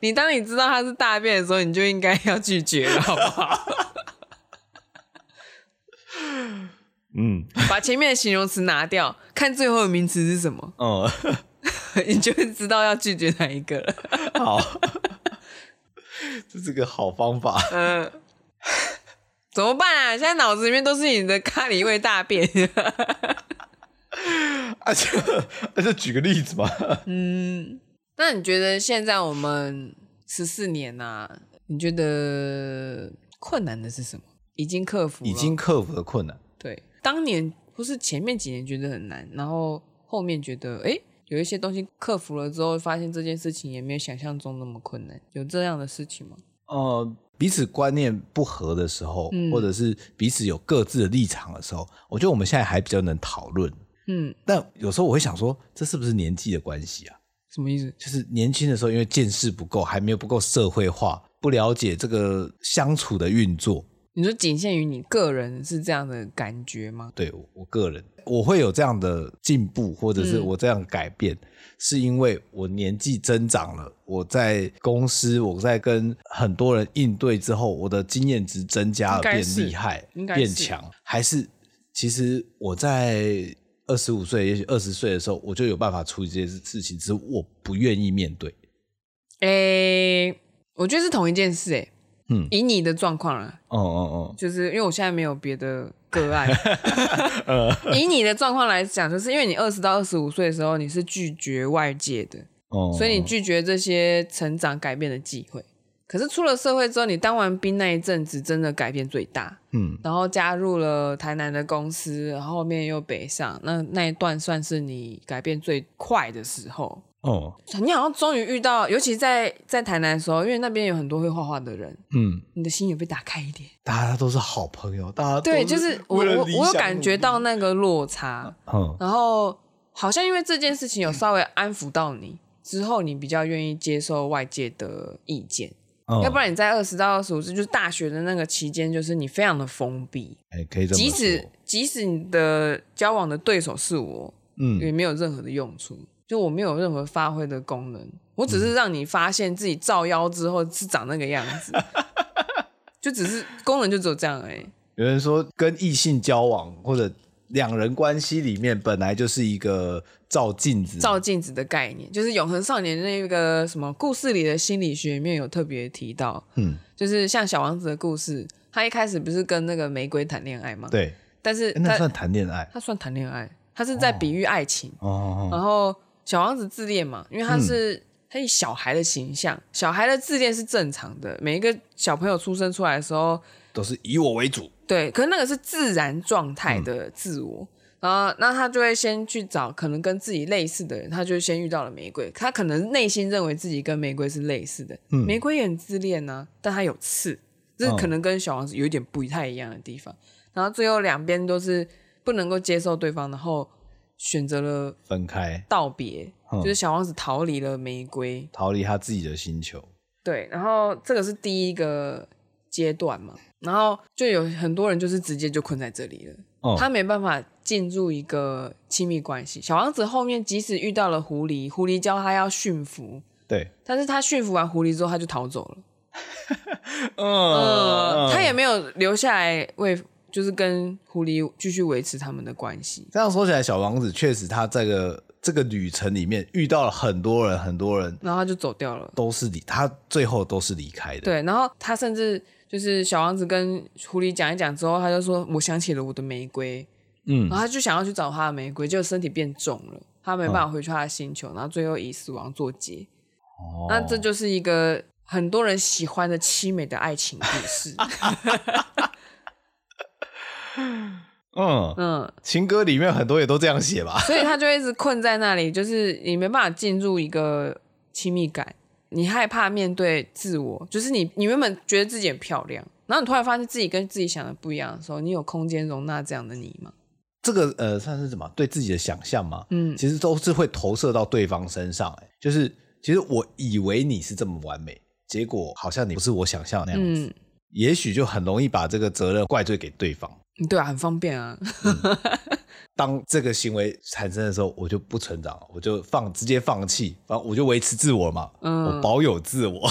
Speaker 2: 你当你知道它是大便的时候，你就应该要拒绝了，好不好？
Speaker 1: 嗯
Speaker 2: 把前面的形容词拿掉，看最后的名词是什么，
Speaker 1: 嗯，
Speaker 2: 你就会知道要拒绝哪一个了。
Speaker 1: 好，这是个好方法。
Speaker 2: 嗯、怎么办啊？现在脑子里面都是你的咖喱味大便。
Speaker 1: 而且而且啊举个例子嘛，
Speaker 2: 那你觉得现在我们十四年呐、你觉得困难的是什么？已经克服了，
Speaker 1: 已经克服了困难。
Speaker 2: 对。当年不是前面几年觉得很难，然后后面觉得哎。诶有一些东西克服了之后，发现这件事情也没有想象中那么困难。有这样的事情吗？
Speaker 1: 呃，彼此观念不合的时候，或者是彼此有各自的立场的时候，我觉得我们现在还比较能讨论。
Speaker 2: 嗯，
Speaker 1: 但有时候我会想说，这是不是年纪的关系啊？
Speaker 2: 什么意思？
Speaker 1: 就是年轻的时候，因为见识不够，还没有不够社会化，不了解这个相处的运作。
Speaker 2: 你说仅限于你个人是这样的感觉吗？
Speaker 1: 对我我个人，我会有这样的进步，或者是
Speaker 2: 嗯
Speaker 1: 我这样改变，是因为我年纪增长了，我在公司，我在跟很多人应对之后，我的经验值增加了，
Speaker 2: 应该
Speaker 1: 变
Speaker 2: 是
Speaker 1: 厉害
Speaker 2: 应，该是
Speaker 1: 变强，还是其实我在二十五岁，也许二十岁的时候，我就有办法处理这些事情，只是我不愿意面对。
Speaker 2: 诶、我觉得是同一件事诶、
Speaker 1: 嗯
Speaker 2: 以你的状况啊，
Speaker 1: 哦哦
Speaker 2: 就是因为我现在没有别的个案，
Speaker 1: 哦， 呃，
Speaker 2: 以你的状况来讲，就是因为你二十到二十五岁的时候，你是拒绝外界的，
Speaker 1: 哦，
Speaker 2: 所以你拒绝这些成长改变的机会。可是出了社会之后，你当完兵那一阵子，真的改变最大。
Speaker 1: 嗯
Speaker 2: 然后加入了台南的公司，然后后面又北上，那那一段算是你改变最快的时候。
Speaker 1: 哦
Speaker 2: 你好像终于遇到，尤其在在台南的时候，因为那边有很多会画画的人，
Speaker 1: 嗯，
Speaker 2: 你的心也被打开一点。
Speaker 1: 大家都是好朋友，大家都
Speaker 2: 对，就是
Speaker 1: 哦
Speaker 2: 我
Speaker 1: 为了
Speaker 2: 我
Speaker 1: 理想嗯
Speaker 2: 我有感
Speaker 1: 努
Speaker 2: 觉到那个落差，
Speaker 1: 力，
Speaker 2: 然后好像因为这件事情有稍微安抚到你之后，你比较愿意接受外界的意见。
Speaker 1: 嗯，
Speaker 2: 要不然你在二十到二十五岁，就是大学的那个期间，就是你非常的封闭，
Speaker 1: 哎，可以这么
Speaker 2: 即
Speaker 1: 说，
Speaker 2: 使即使你的交往的对手是我，也
Speaker 1: 嗯
Speaker 2: 没有任何的用处，就我没有任何发挥的功能，我只是让你发现自己照妖之后是长那个样 子，就只是功能就只有这样而已。
Speaker 1: 有人说跟异性交往或者两人关系里面本来就是一个照镜子，
Speaker 2: 照镜子的概念，就是《永恒少年》那个什么故事里的心理学里面有特别提到，
Speaker 1: 嗯
Speaker 2: 就是像小王子的故事，他一开始不是跟那个玫瑰谈恋爱吗？，
Speaker 1: 对，
Speaker 2: 但是
Speaker 1: 哎那
Speaker 2: 他
Speaker 1: 算谈恋爱
Speaker 2: 他算谈恋爱，他是在比喻爱情。
Speaker 1: 哦哦
Speaker 2: 然后小王子自恋嘛，因为他是、他以小孩的形象，小孩的自恋是正常的。每一个小朋友出生出来的时候，
Speaker 1: 都是以我为主，
Speaker 2: 对，可是那个是自然状态的自我。然后，那他就会先去找可能跟自己类似的人，他就先遇到了玫瑰。他可能内心认为自己跟玫瑰是类似的，
Speaker 1: 嗯
Speaker 2: 玫瑰也很自恋呢、但他有刺，这
Speaker 1: 嗯
Speaker 2: 可能跟小王子有一点不太一样的地方。然后最后两边都是不能够接受对方，然后选择了
Speaker 1: 分开
Speaker 2: 道别，
Speaker 1: 嗯
Speaker 2: 就是小王子逃离了玫瑰。
Speaker 1: 逃离他自己的星球，
Speaker 2: 对，然后这个是第一个阶段嘛，然后就有很多人就是直接就困在这里了，
Speaker 1: 哦
Speaker 2: 他没办法进入一个亲密关系。小王子后面即使遇到了狐狸，狐狸教他要驯服，
Speaker 1: 对，
Speaker 2: 但是他驯服完狐狸之后他就逃走了，
Speaker 1: 嗯
Speaker 2: 呃，
Speaker 1: 嗯
Speaker 2: 他也没有留下来为。就是跟狐狸继续维持他们的关系，
Speaker 1: 这样说起来，小王子确实他这个这个旅程里面遇到了很多人，很多人
Speaker 2: 然后他就走掉了。
Speaker 1: 都是离他最后都是离开的，，
Speaker 2: 对，然后他甚至就是小王子跟狐狸讲一讲之后，他就说：“我想起了我的玫瑰。”
Speaker 1: 嗯
Speaker 2: 然后他就想要去找他的玫瑰，结果身体变重了，他没办法回去他的星球，然后最后以死亡作结。
Speaker 1: 哦
Speaker 2: 那这就是一个很多人喜欢的凄美的爱情故事。
Speaker 1: 嗯，
Speaker 2: 嗯，
Speaker 1: 情歌里面很多也都这样写吧，
Speaker 2: 所以他就一直困在那里，就是你没办法进入一个亲密感，你害怕面对自我，就是你你原本觉得自己很漂亮，然后你突然发现自己跟自己想的不一样的时候，你有空间容纳这样的你吗？
Speaker 1: 这个呃算是什么？对自己的想象嘛，
Speaker 2: 嗯
Speaker 1: 其实都是会投射到对方身上、欸。就是其实我以为你是这么完美，结果好像你不是我想象的那样子，
Speaker 2: 嗯，
Speaker 1: 也许就很容易把这个责任怪罪给对方。
Speaker 2: 对啊，很方便啊。
Speaker 1: 当这个行为产生的时候，我就不成长了，我就放直接放弃，然后我就维持自我嘛，
Speaker 2: 嗯
Speaker 1: 我保有自我，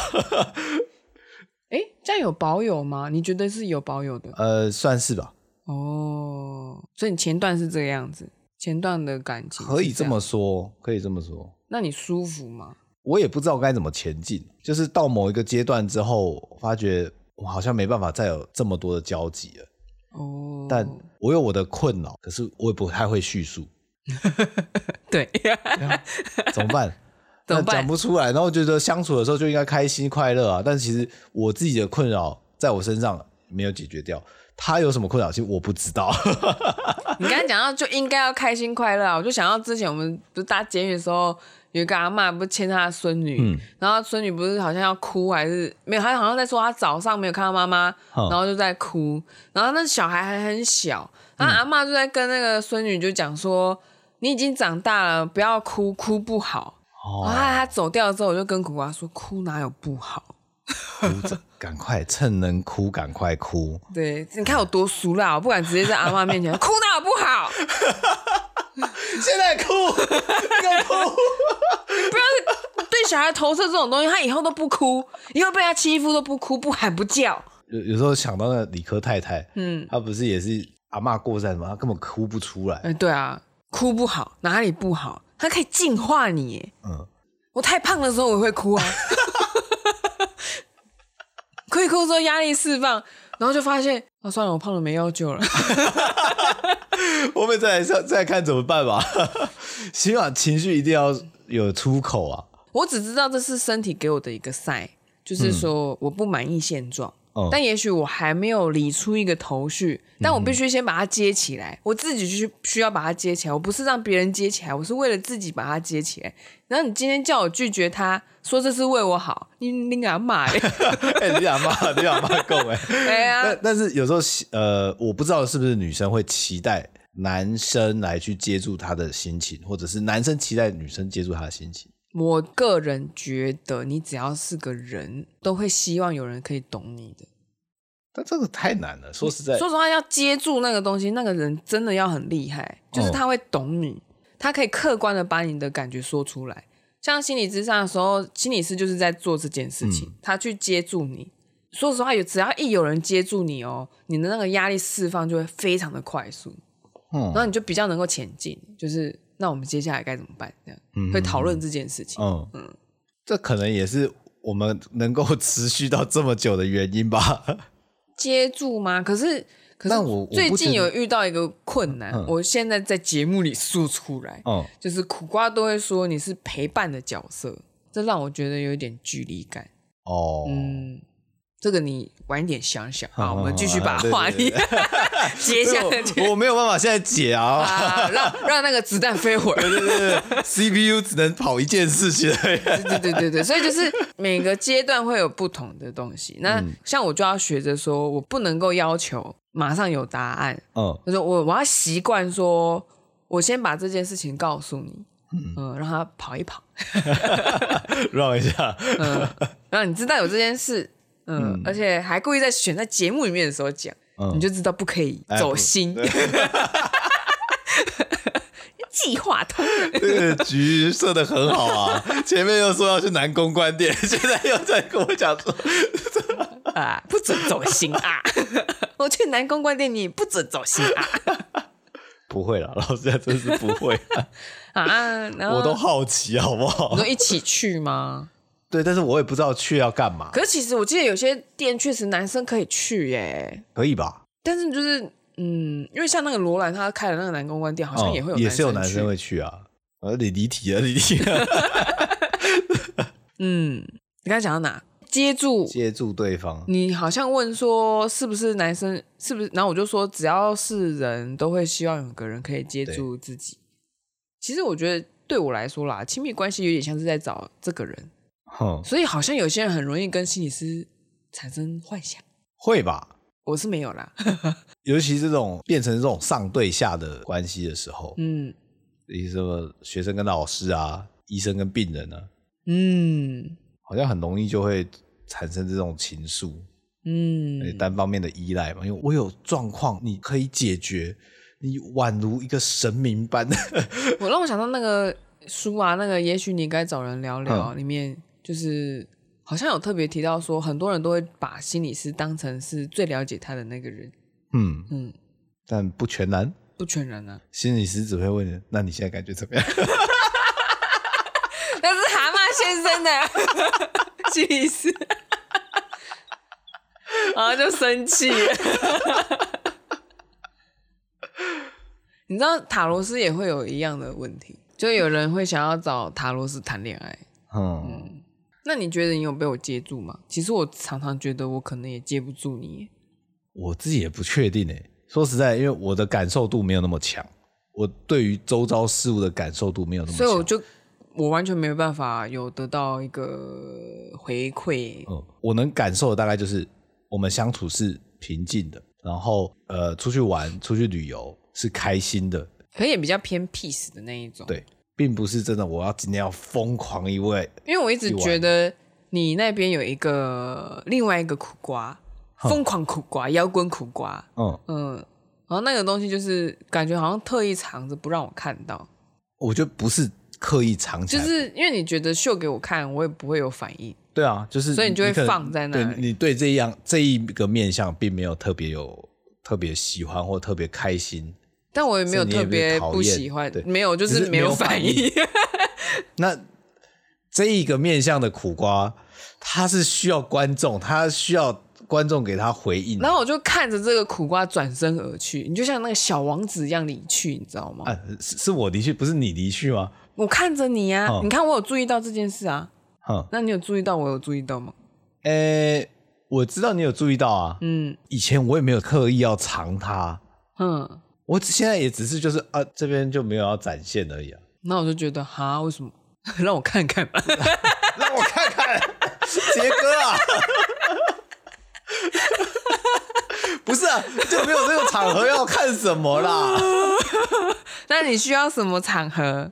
Speaker 2: 哎，这样有保有吗？你觉得是有保有的？
Speaker 1: 呃，算是吧，
Speaker 2: 哦，所以你前段是这个样子，前段的感情
Speaker 1: 可以
Speaker 2: 是
Speaker 1: 这
Speaker 2: 样
Speaker 1: 么，说，可以这么说。
Speaker 2: 那你舒服吗？
Speaker 1: 我也不知道该怎么前进。就是到某一个阶段之后，我发觉我好像没办法再有这么多的交集了。
Speaker 2: 哦，
Speaker 1: 但我有我的困扰，可是我也不太会叙述，
Speaker 2: 对，
Speaker 1: 怎么办？
Speaker 2: 怎么
Speaker 1: 那
Speaker 2: 办
Speaker 1: 讲不出来，然后觉得相处的时候就应该开心快乐啊。但其实我自己的困扰在我身上没有解决掉，他有什么困扰，其实我不知 道。
Speaker 2: 你刚才讲到就应该要开心快乐啊，我就想到之前我们不是搭监狱的时候，有一个阿嬷不是牵她的孙女，
Speaker 1: 嗯
Speaker 2: 然后孙女不是好像要哭还是没有，她好像在说她早上没有看到妈妈，
Speaker 1: 嗯
Speaker 2: 然后就在哭，然后那小孩还很小，
Speaker 1: 嗯
Speaker 2: 然后阿嬷就在跟那个孙女就讲说，你已经长大了，不要哭，哭不好。然后
Speaker 1: 哦，
Speaker 2: 他走掉之后，我就跟苦瓜说：“哭哪有不好？
Speaker 1: 哭着，赶快趁能哭赶快哭。
Speaker 2: 对，你看我多俗辣，我不敢直接在阿妈面前 哭哪有不好，
Speaker 1: 现在哭，要哭。
Speaker 2: 对小孩投射这种东西，他以后都不哭，以后被他欺负都不哭，不喊不叫。
Speaker 1: 有有时候想到那个理科太太，
Speaker 2: 嗯，
Speaker 1: 她不是也是阿嬷过站嘛，她根本哭不出来。
Speaker 2: 哎，对啊，哭不好，哪里不好，它可以净化你耶。
Speaker 1: 嗯，
Speaker 2: 我太胖的时候我会哭啊，哭一哭之后压力释放，然后就发现啊，算了，我胖了没药救了。
Speaker 1: 我们再来再再看怎么办吧。 起码情绪一定要有出口啊。
Speaker 2: 我只知道这是身体给我的一个赛，就是说我不满意现状，
Speaker 1: 嗯
Speaker 2: 但也许我还没有理出一个头绪，但我必须先把它接起来，我自己去需要把它接起来，我不是让别人接起来，我是为了自己把它接起来。然后你今天叫我拒绝他，说这是为我好，你你敢骂嘞？
Speaker 1: 哎、你俩骂， 你俩骂够 哎。
Speaker 2: 哎呀
Speaker 1: 但，但是有时候喜，呃，我不知道是不是女生会期待男生来去接住她的心情，或者是男生期待女生接住她的心情。
Speaker 2: 我个人觉得，你只要是个人，都会希望有人可以懂你的。
Speaker 1: 但这个太难了，说实在，
Speaker 2: 说实话，要接住那个东西，那个人真的要很厉害，就是
Speaker 1: 哦
Speaker 2: 他会懂你，他可以客观的把你的感觉说出来。像心理咨商的时候，心理师就是在做这件事
Speaker 1: 嗯
Speaker 2: 情，他去接住你。说实话，有只要一有人接住你哦，你的那个压力释放就会非常的快速，
Speaker 1: 嗯
Speaker 2: 然后你就比较能够前进。就是那我们接下来该怎么办？这样、会讨论这件事情。
Speaker 1: 嗯这可能也是我们能够持续到这么久的原因吧。
Speaker 2: 接住吗？可是，可
Speaker 1: 但我我
Speaker 2: 是
Speaker 1: 不
Speaker 2: 最
Speaker 1: 觉
Speaker 2: 近
Speaker 1: 得
Speaker 2: 有遇到一个困难，我现在在节目里说出来，
Speaker 1: 嗯，
Speaker 2: 就是苦瓜都会说你是陪伴的角色，这让我觉得有一点距离感。
Speaker 1: 哦，
Speaker 2: 嗯，这个你晚一点想想
Speaker 1: 好
Speaker 2: 啊，
Speaker 1: 好
Speaker 2: 我们继续把
Speaker 1: 好对
Speaker 2: 话
Speaker 1: 对
Speaker 2: 题 接
Speaker 1: 所以
Speaker 2: 下 去
Speaker 1: 我我没有办法现在解啊。
Speaker 2: 啊，让让那个子弹飞回来。
Speaker 1: 对对对，CPU 只能跑一件事情而已。
Speaker 2: 对对对对，所以就是每个阶段会有不同的东西。那
Speaker 1: 嗯
Speaker 2: 像我就要学着说，我不能够要求马上有答案，
Speaker 1: 嗯
Speaker 2: 就是我我要习惯说，我先把这件事情告诉你，嗯，让他跑一跑，
Speaker 1: 让一下，
Speaker 2: 嗯，让你知道有这件事，嗯，而且还故意在选在节目里面的时候讲，
Speaker 1: 嗯
Speaker 2: 你就知道不可以
Speaker 1: 哎
Speaker 2: 走
Speaker 1: 不
Speaker 2: 心， 计划通人，
Speaker 1: 这个局设的很好啊。前面又说要去南公关店，现在又在跟我讲说，
Speaker 2: 啊，不准走心啊！ 我去南公关店，你不准走心啊！
Speaker 1: 不会啦，老师真是不会，
Speaker 2: 啊，然后
Speaker 1: 我都好奇好不好
Speaker 2: 你？说一起去吗？
Speaker 1: 对，但是我也不知道去要干嘛，
Speaker 2: 可是其实我记得有些店确实男生可以去耶、
Speaker 1: 可以吧？
Speaker 2: 但是就是嗯，因为像那个罗兰他开的那个男公关店，好像也会有、
Speaker 1: 哦也是有男生，会去啊。呃，你离题了，你离题了，
Speaker 2: 嗯，你刚才讲到哪？接住
Speaker 1: 接住对方。
Speaker 2: 你好像问说是不是男生是不是？然后我就说只要是人都会希望有个人可以接住自己。其实我觉得对我来说啦，亲密关系有点像是在找这个人，
Speaker 1: 哼，
Speaker 2: 所以好像有些人很容易跟心理师产生幻想。
Speaker 1: 会吧？
Speaker 2: 我是没有啦，
Speaker 1: 尤其这种变成这种上对下的关系的时候，
Speaker 2: 嗯
Speaker 1: 你、什么学生跟老师啊，医生跟病人啊，
Speaker 2: 嗯
Speaker 1: 好像很容易就会产生这种情愫，而且
Speaker 2: 嗯，
Speaker 1: 单方面的依赖嘛。因为我有状况，你可以解决，你宛如一个神明般。
Speaker 2: 我让我想到那个书啊，那个也许你应该找人聊聊，里面就是好像有特别提到说，很多人都会把心理师当成是最了解他的那个人，
Speaker 1: 嗯，
Speaker 2: 嗯，
Speaker 1: 但不全然。
Speaker 2: 不全然啊。
Speaker 1: 心理师只会问你，那你现在感觉怎么样？
Speaker 2: 那是蛤蟆先生的心理师， 然啊后就生气了。 你知道塔罗斯也会有一样的问题，就有人会想要找塔罗斯谈恋爱。
Speaker 1: 嗯，
Speaker 2: 那你觉得你有被我接住吗？其实我常常觉得我可能也接不住你。
Speaker 1: 我自己也不确定诶、说实在，因为我的感受度没有那么强，我对于周遭事物的感受度没有那么
Speaker 2: 所
Speaker 1: 强，
Speaker 2: 以我就我完全没有办法有得到一个回馈。
Speaker 1: 嗯，我能感受的大概就是我们相处是平静的，然后呃，出去玩、出去旅游是开心的，
Speaker 2: 可能也比较偏 peace 的那一种。
Speaker 1: 对，并不是真的我要今天要疯狂一位，
Speaker 2: 因为我一直觉得你那边有一个另外一个苦瓜，疯狂苦瓜，摇滚苦瓜，
Speaker 1: 嗯，
Speaker 2: 嗯，然后那个东西就是感觉好像特意藏着不让我看到，
Speaker 1: 我觉得不是刻意藏起
Speaker 2: 就
Speaker 1: 来，
Speaker 2: 是因为你觉得秀给我看，我也不会有反应，
Speaker 1: 对啊，就是
Speaker 2: 所以你就会
Speaker 1: 可能
Speaker 2: 放在那
Speaker 1: 对，
Speaker 2: 里
Speaker 1: 你对这样这一个面相并没有特别有特别喜欢或特别开心，
Speaker 2: 但我也没有
Speaker 1: 所以你也
Speaker 2: 特别不喜欢
Speaker 1: 没有讨厌，对
Speaker 2: 没有，就
Speaker 1: 只
Speaker 2: 是
Speaker 1: 是
Speaker 2: 没
Speaker 1: 没
Speaker 2: 有
Speaker 1: 有
Speaker 2: 反
Speaker 1: 反
Speaker 2: 应。
Speaker 1: 那这一个面向的苦瓜，它是需要观众，它需要观众给他回应。
Speaker 2: 然后我就看着这个苦瓜转身而去，你就像那个小王子一样离去，你知道吗？
Speaker 1: 啊，是是我离去，不是你离去吗？
Speaker 2: 我看着你呀、
Speaker 1: 哦
Speaker 2: 你看我有注意到这件事啊，
Speaker 1: 哼，
Speaker 2: 那你有注意到我有注意到吗？
Speaker 1: 呃、我知道你有注意到啊。
Speaker 2: 嗯
Speaker 1: 以前我也没有刻意要藏它，
Speaker 2: 嗯，
Speaker 1: 我只现在也只是就是啊，这边就没有要展现而已啊。
Speaker 2: 那我就觉得哈，为什么？ 让我看看吧，
Speaker 1: 让我看看，杰哥啊，不是啊，就没有这个场合要看什么啦。
Speaker 2: 那你需要什么场合？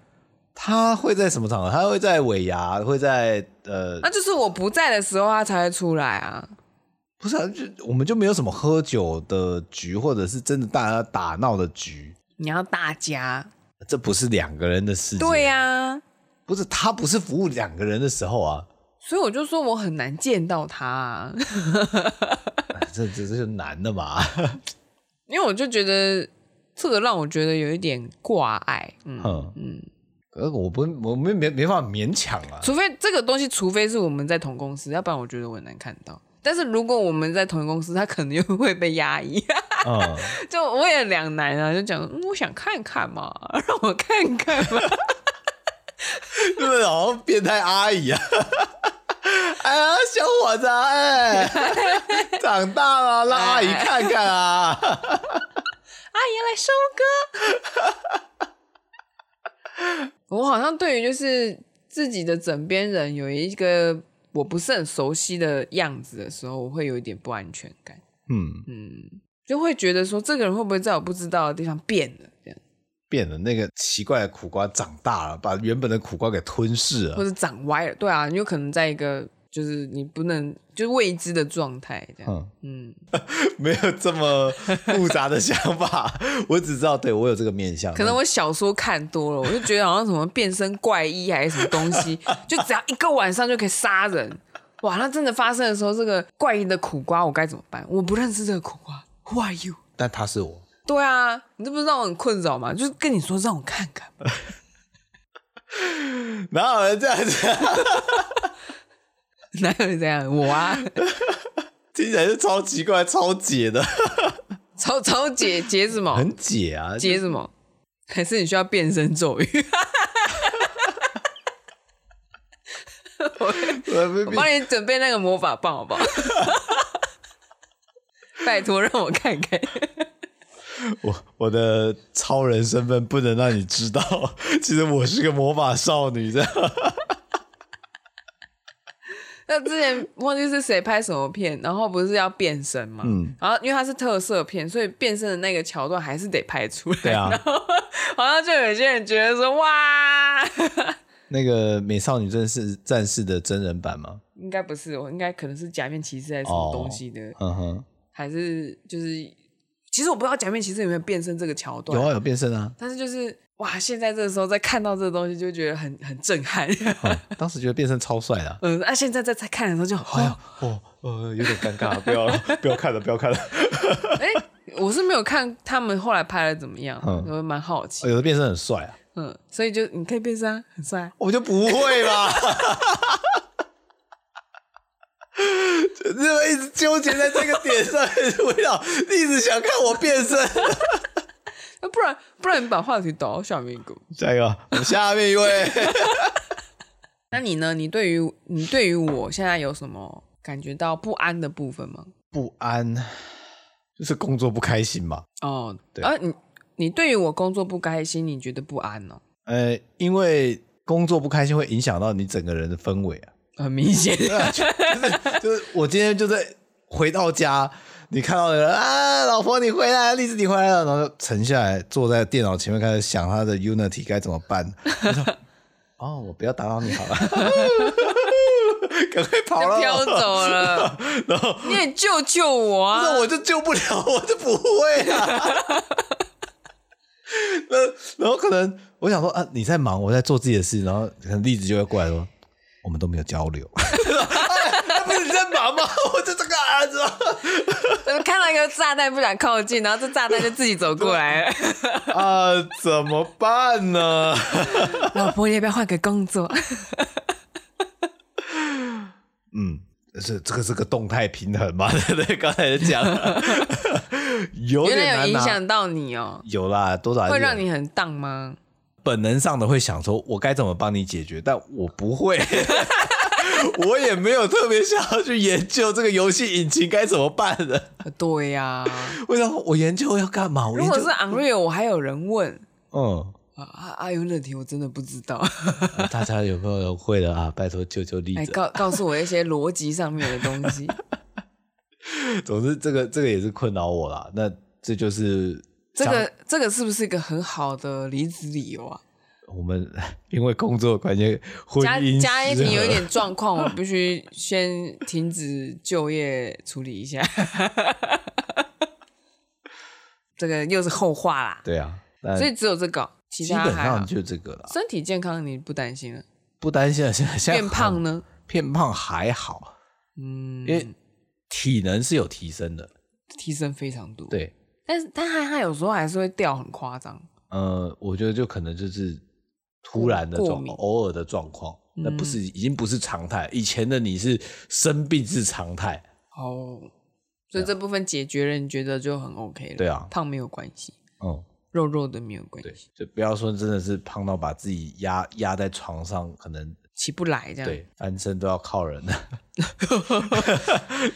Speaker 1: 他会在什么场合？他会在尾牙，会在呃，
Speaker 2: 那就是我不在的时候，他才会出来啊。
Speaker 1: 不是啊，就我们就没有什么喝酒的局，或者是真的大家打闹的局，
Speaker 2: 你要大家，
Speaker 1: 这不是两个人的事情。
Speaker 2: 对、
Speaker 1: 啊，
Speaker 2: 呀、
Speaker 1: 不是他不是服务两个人的时候啊，
Speaker 2: 所以我就说我很难见到他、啊，
Speaker 1: 哎这这这就难的嘛。
Speaker 2: 因为我就觉得这个让我觉得有一点挂碍，嗯，
Speaker 1: 嗯嗯，可是我不我没没没办法勉强 啊。
Speaker 2: 除非这个东西，除非是我们在同公司，要不然我觉得我很难看到。但是如果我们在同一公司，他可能又会被压抑，
Speaker 1: 嗯。
Speaker 2: 就我也两难啊，就讲、嗯我想看看嘛， 让我看看嘛。
Speaker 1: 真的好像变态阿姨啊！哎呀，小伙子、啊，哎，长大了，让阿姨看看啊！
Speaker 2: 阿姨来收割。 我好像对于就是自己的枕边人有一个我不是很熟悉的样子的时候，我会有一点不安全感，
Speaker 1: 嗯，
Speaker 2: 就会觉得说这个人会不会在我不知道的地方变了，这样
Speaker 1: 变了，那个奇怪的苦瓜长大了，把原本的苦瓜给吞噬
Speaker 2: 或
Speaker 1: 了。
Speaker 2: 者长歪了。对啊，你有可能在一个就是你不能就是未知的状态这样。
Speaker 1: 嗯，
Speaker 2: 嗯，
Speaker 1: 没有这么复杂的想法， 我只知道，对我有这个面相。
Speaker 2: 可能我小说看多了，我就觉得好像什么变身怪医还是什么东西，就只要一个晚上就可以杀人。哇，那真的发生的时候，这个怪异的苦瓜我该怎么办？我不认识这个苦瓜，Who are you？
Speaker 1: 但他是我，
Speaker 2: 对啊，你这不是让我很困扰吗？就是跟你说让我看看，
Speaker 1: 哪有人这样子、啊？
Speaker 2: 哪有人这样？我啊，
Speaker 1: 听起来是超奇怪、超解的，
Speaker 2: 超超解解什么？
Speaker 1: 很解啊！
Speaker 2: 解什么？还是你需要变身咒语？
Speaker 1: 我
Speaker 2: 我帮你准备那个魔法棒好不好？ 拜托让我看看。
Speaker 1: 我我的超人身份不能让你知道， 其实我是个魔法少女这样。
Speaker 2: 那之前忘记是谁拍什么片，然后不是要变身嘛？
Speaker 1: 嗯
Speaker 2: 然后因为它是特色片，所以变身的那个桥段还是得拍出来。
Speaker 1: 对啊
Speaker 2: 然后好像就有些人觉得说，哇，
Speaker 1: 那个美少女战士战士的真人版吗？
Speaker 2: 应该不是，我应该可能是假面骑士还是什么东西的，
Speaker 1: 嗯哼，
Speaker 2: 还是就是，其实我不知道假面骑士有没有变身这个桥段，
Speaker 1: 有啊，有变身啊。
Speaker 2: 但是就是哇，现在这个时候再看到这个东西，就觉得很很震撼。
Speaker 1: 嗯当时觉得变身超帅的啊、
Speaker 2: 嗯，那、啊、现在再再看的时候就，
Speaker 1: 哎
Speaker 2: 哦
Speaker 1: 呀， 哦，呃，有点尴尬，不要了，不要看了，不要看了。
Speaker 2: 哎、我是没有看他们后来拍的怎么样，
Speaker 1: 嗯
Speaker 2: 我蛮好奇。
Speaker 1: 哦有的变身很帅啊，
Speaker 2: 嗯，所以就你可以变身、啊，很帅啊。
Speaker 1: 我就不会吧。 就就一直纠结在这个点上， 一直围绕，一直想看我变身。
Speaker 2: 那不然不然你把话题导到下面一个。
Speaker 1: 下一个，我们下面一位。
Speaker 2: 那你呢？你对于你对于我现在有什么感觉到不安的部分吗？
Speaker 1: 不安，就是工作不开心嘛。
Speaker 2: 哦，
Speaker 1: 对
Speaker 2: 啊，你你对于我工作不开心，你觉得不安哦？
Speaker 1: 呃，因为工作不开心会影响到你整个人的氛围啊。
Speaker 2: 很明显，
Speaker 1: 对啊，就就是就是我今天就在回到家，你看到有人啊，老婆你回来了，栗子你回来了，然后就沉下来坐在电脑前面开始想他的 Unity 该怎么办。我说 哦，我不要打扰你 好了，赶快跑了，
Speaker 2: 飘走了。
Speaker 1: 然后
Speaker 2: 你也救救我啊！
Speaker 1: 那我就救不了， 我就不会啊。 那然后可能我想说啊，你在忙，我在做自己的事，然后可能栗子就会过来说，我们都没有交 流。哎那不是你在忙吗？我就这个儿子，
Speaker 2: 我看到一个就炸弹不想靠近，然后这炸弹就自己走过来了。
Speaker 1: 啊，怎么办呢？
Speaker 2: 老婆，你要不要换个工作？
Speaker 1: 嗯，这这个是个动态平衡嘛？ 对不对？刚才就讲了， 有
Speaker 2: 原
Speaker 1: 点
Speaker 2: 来
Speaker 1: 难
Speaker 2: 有影
Speaker 1: 拿
Speaker 2: 响到你哦，
Speaker 1: 有啦，多少还是
Speaker 2: 会
Speaker 1: 有
Speaker 2: 让你很荡吗？
Speaker 1: 本能上的会想说，我该怎么帮你解决，但我不会， 我也没有特别想要去研究这个游戏引擎该怎么办的。
Speaker 2: 对呀、
Speaker 1: 为什么我研究要干嘛？我
Speaker 2: 如
Speaker 1: 研究
Speaker 2: 果是 Unreal，我还有人问
Speaker 1: 嗯，哦
Speaker 2: 啊啊啊！有哪题我真的不知道，
Speaker 1: 大家有没有会的啊？ 拜托救救丽
Speaker 2: 来
Speaker 1: 泽。
Speaker 2: 哎告告诉我一些逻辑上面的东 西。
Speaker 1: 总之，这个这个也是困扰我啦。那这就是
Speaker 2: 这
Speaker 1: 想
Speaker 2: 个这个是不是一个很好的离职理由啊？
Speaker 1: 我们 因为工作的关系，婚
Speaker 2: 加
Speaker 1: 姻
Speaker 2: 加一
Speaker 1: 失
Speaker 2: 题有
Speaker 1: 和
Speaker 2: 一点状况， 我必须先停止就业处理一下。这个又是后话啦，
Speaker 1: 对啊，但
Speaker 2: 所以只有这个，其
Speaker 1: 基
Speaker 2: 他
Speaker 1: 本
Speaker 2: 还好
Speaker 1: 上。就这个啦，
Speaker 2: 身体健康你不担心了，
Speaker 1: 不担心了。现在现在
Speaker 2: 变胖
Speaker 1: 很
Speaker 2: 呢？
Speaker 1: 变胖 还好，
Speaker 2: 嗯，
Speaker 1: 因为体能是有提升的。
Speaker 2: 提升非常多。，
Speaker 1: 对，
Speaker 2: 但是但还还有时候还是会掉很夸张。
Speaker 1: 呃，我觉得就可能就是突然的
Speaker 2: 过
Speaker 1: 状，
Speaker 2: 敏嗯
Speaker 1: 偶尔的状况，那不是已经不是常态。以前的你是生病是常态，
Speaker 2: 哦，所以这部分解决了，你觉得就很 OK 了。
Speaker 1: 啊对啊
Speaker 2: 胖没有关系，
Speaker 1: 嗯，
Speaker 2: 肉肉的没有关
Speaker 1: 对
Speaker 2: 系，，
Speaker 1: 就不要说真的是胖到把自己压压在床上，可能
Speaker 2: 起不来这样。，
Speaker 1: 对翻身都要靠人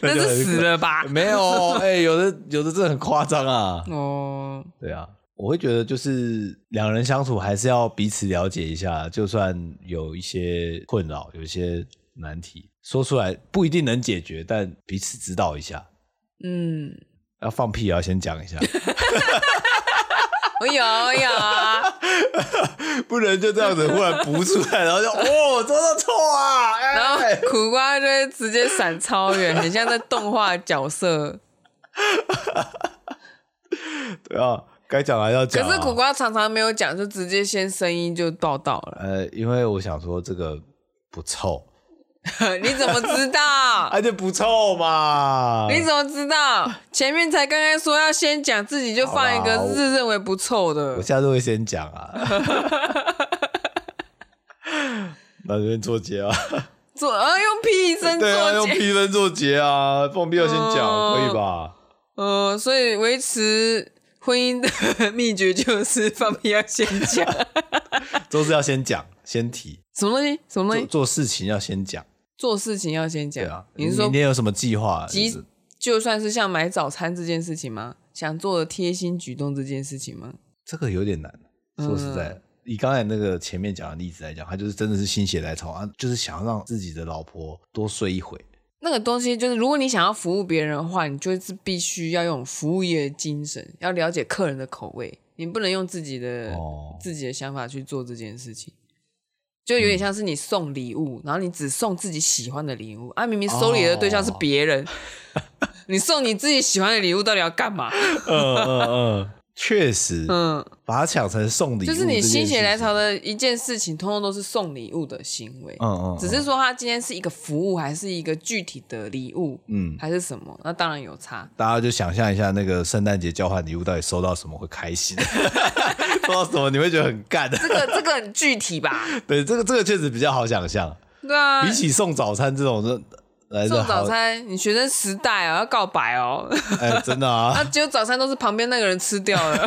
Speaker 2: 那
Speaker 1: 就是很
Speaker 2: 死了 吧？
Speaker 1: 没有， 哎、有的有的真的很夸张啊，
Speaker 2: 哦，
Speaker 1: 对啊。我会觉得，就是两人相处还是要彼此了解一下，就算有一些困扰，有一些难题，说出来不一定能解决，但彼此指导一下。
Speaker 2: 嗯，
Speaker 1: 要放屁也要先讲一 下，
Speaker 2: 我有我有 啊，
Speaker 1: 不能就这样子忽然补出来，然后就哦，真的错啊！
Speaker 2: 然后
Speaker 1: 哎，
Speaker 2: 苦瓜就会直接闪超远，很像在动画角 色。
Speaker 1: 对啊，该讲还要讲、
Speaker 2: 可
Speaker 1: 啊。
Speaker 2: 是苦瓜常常没有讲，就直接先声音就报道了。
Speaker 1: 呃，因为我想说这个不臭，
Speaker 2: 你怎么知 道？
Speaker 1: 而且不臭嘛。
Speaker 2: 你怎么知道？前面才刚刚说要先讲自己，就放一个
Speaker 1: 好吧我
Speaker 2: 自认为不臭的
Speaker 1: 我。下次会先讲啊。 那这边做结啊，
Speaker 2: 做呃用屁声
Speaker 1: 对啊，用
Speaker 2: 做结，
Speaker 1: 批分做结啊，放屁要先讲，
Speaker 2: 哦
Speaker 1: 可以吧？
Speaker 2: 呃，所以维持婚姻的 秘诀就是放屁要先讲。
Speaker 1: 都是要先讲，先提，
Speaker 2: 什么东西？什么东
Speaker 1: 做做
Speaker 2: 西？
Speaker 1: 事情要先讲，
Speaker 2: 做事情要先讲。
Speaker 1: 对啊。
Speaker 2: 你是说
Speaker 1: 明天有什么计划？
Speaker 2: 即
Speaker 1: 就是
Speaker 2: 就算是像买早餐这件事情吗？想做的贴心举动这件事情吗？
Speaker 1: 这个有点难，说实在。
Speaker 2: 嗯
Speaker 1: 的，以刚才那个前面讲的例子来讲，他就是真的是心血来潮啊，就是想要让自己的老婆多睡一回。
Speaker 2: 那个东西就是，如果你想要服务别人的话，你就是必须要用服务业的精神，要了解客人的口味，你不能用自己的、
Speaker 1: 哦
Speaker 2: 自己的想法去做这件事情。就有点像是你送礼物，然后你只送自己喜欢的礼
Speaker 1: 哦
Speaker 2: 物啊，明明收礼的对象是 别人，你送你自己喜欢的礼物到底要干嘛？
Speaker 1: 嗯嗯嗯，确实，
Speaker 2: 嗯，
Speaker 1: 把它想成送礼，
Speaker 2: 就是你心血来潮。的一件事情，通通都是送礼物的行为。
Speaker 1: 嗯嗯，
Speaker 2: 只是说他今天是一个服务，还是一个具体的礼物，
Speaker 1: 嗯
Speaker 2: 还是什么？那当然有差。
Speaker 1: 大家就想象一下，那个圣诞节交换礼物到底收到什么会开心， 收到什么你会觉得很干。
Speaker 2: 这个 这个很具体吧？
Speaker 1: 对，这个这个确实比较好想象，
Speaker 2: 对啊
Speaker 1: 比，起送早餐这种，这来
Speaker 2: 送
Speaker 1: 的
Speaker 2: 早，餐，你学生时代啊，要告白 哦，
Speaker 1: 哎，真的啊
Speaker 2: 啊，，结果早餐都是旁边那个人吃掉了，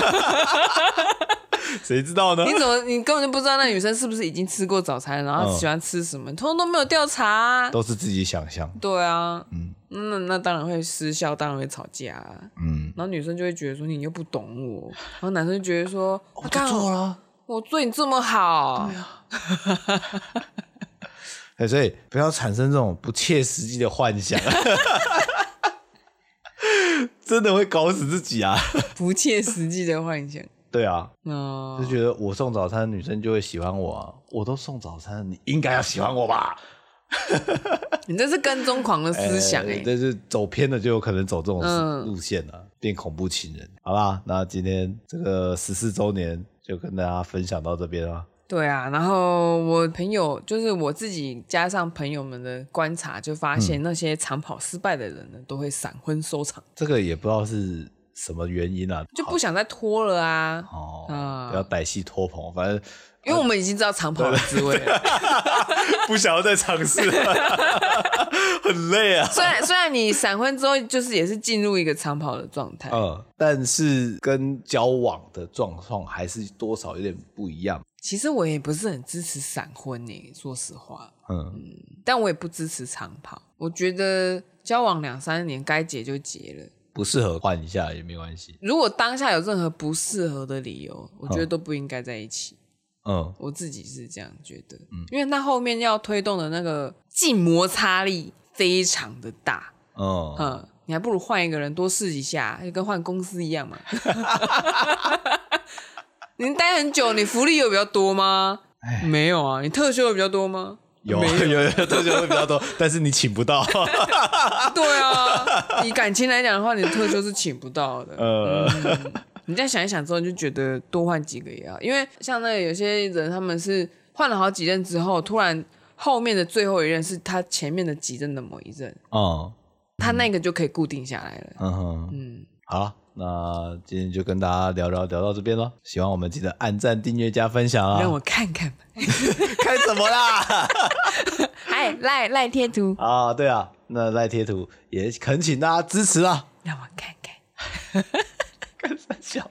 Speaker 1: 谁知道呢？
Speaker 2: 你怎么你根本就不知道那女生是不是已经吃过早餐，然后
Speaker 1: 嗯
Speaker 2: 喜欢吃什么，通通都没有调查 啊、
Speaker 1: 都嗯是自己想象，
Speaker 2: 对啊，那那当然会失效，当然会吵架啊、
Speaker 1: 嗯，
Speaker 2: 然后女生就会觉得说你又不懂我，然后男生就觉得说我干嘛
Speaker 1: 哦做了。啊
Speaker 2: 我对你这么好，
Speaker 1: 哎，所以不要产生这种不切实际的幻想， 真的会搞死自己啊！
Speaker 2: 不切实际的幻想。
Speaker 1: 对啊，
Speaker 2: 嗯
Speaker 1: 就，觉得我送早餐，女生就会喜欢我啊！我都送早餐，你应该要喜欢我吧？
Speaker 2: 你这是跟踪狂的思想哎、
Speaker 1: 哎但是走偏了就有可能走这种
Speaker 2: 嗯
Speaker 1: 路线了、变恐怖情人。好啦，那今天这个十四周年就跟大家分享到这边啊。
Speaker 2: 对啊，然后我朋友就是我自己加上朋友们的观察，就发
Speaker 1: 嗯
Speaker 2: 现那些长跑失败的人呢，都会闪婚收场，
Speaker 1: 这个也不知道是什么原因啊，
Speaker 2: 就不想再拖了啊。
Speaker 1: 哦，
Speaker 2: 啊
Speaker 1: 不要歹戏拖棚，反 正
Speaker 2: 因为我们已经知道长跑的滋味了，
Speaker 1: 不想要再尝试了，很累啊。
Speaker 2: 虽然虽然你闪婚之后，就是也是进入一个长跑的状态，
Speaker 1: 嗯，但是跟交往的状况还是多少有点不一样。
Speaker 2: 其实我也不是很支持闪婚呢、说实话，
Speaker 1: 嗯，
Speaker 2: 但我也不支持长跑。我觉得交往两三年该结就结了，
Speaker 1: 不适合换一下也没关系。
Speaker 2: 如果当下有任何不适合的理由，我觉得都不应该在一起。
Speaker 1: 嗯，
Speaker 2: 我自己是这样觉得，因为那后面要推动的那个静摩擦力非常的大，
Speaker 1: 嗯，
Speaker 2: 嗯，你还不如换一个人多试一下，就跟换公司一样嘛。 你待很久，你福利有比较多吗？没有啊，你特休有比较多吗？
Speaker 1: 有啊
Speaker 2: 没有
Speaker 1: 有有有特休会比较 多，但是你请不到。
Speaker 2: 对啊，以感情来讲的话，你的特休是请不到的。
Speaker 1: 呃，
Speaker 2: 你这样想一想之后，你就觉得多换几个也要，因为像那个有些人他们是换了好几任之后，突然后面的最后一任是他前面的几任的某一任，
Speaker 1: 嗯
Speaker 2: 他那个就可以固定下来了。
Speaker 1: 嗯哼，
Speaker 2: 嗯，
Speaker 1: 好了。那今天就跟大家聊聊聊到这边咯。喜欢我们记得按赞、订阅、加分享啊！
Speaker 2: 让我看看吧。
Speaker 1: 看什么啦？
Speaker 2: 哎，赖赖贴图，
Speaker 1: 啊，对啊，那赖贴图也恳请大家支持啊！
Speaker 2: 让我看看。
Speaker 1: 看三小。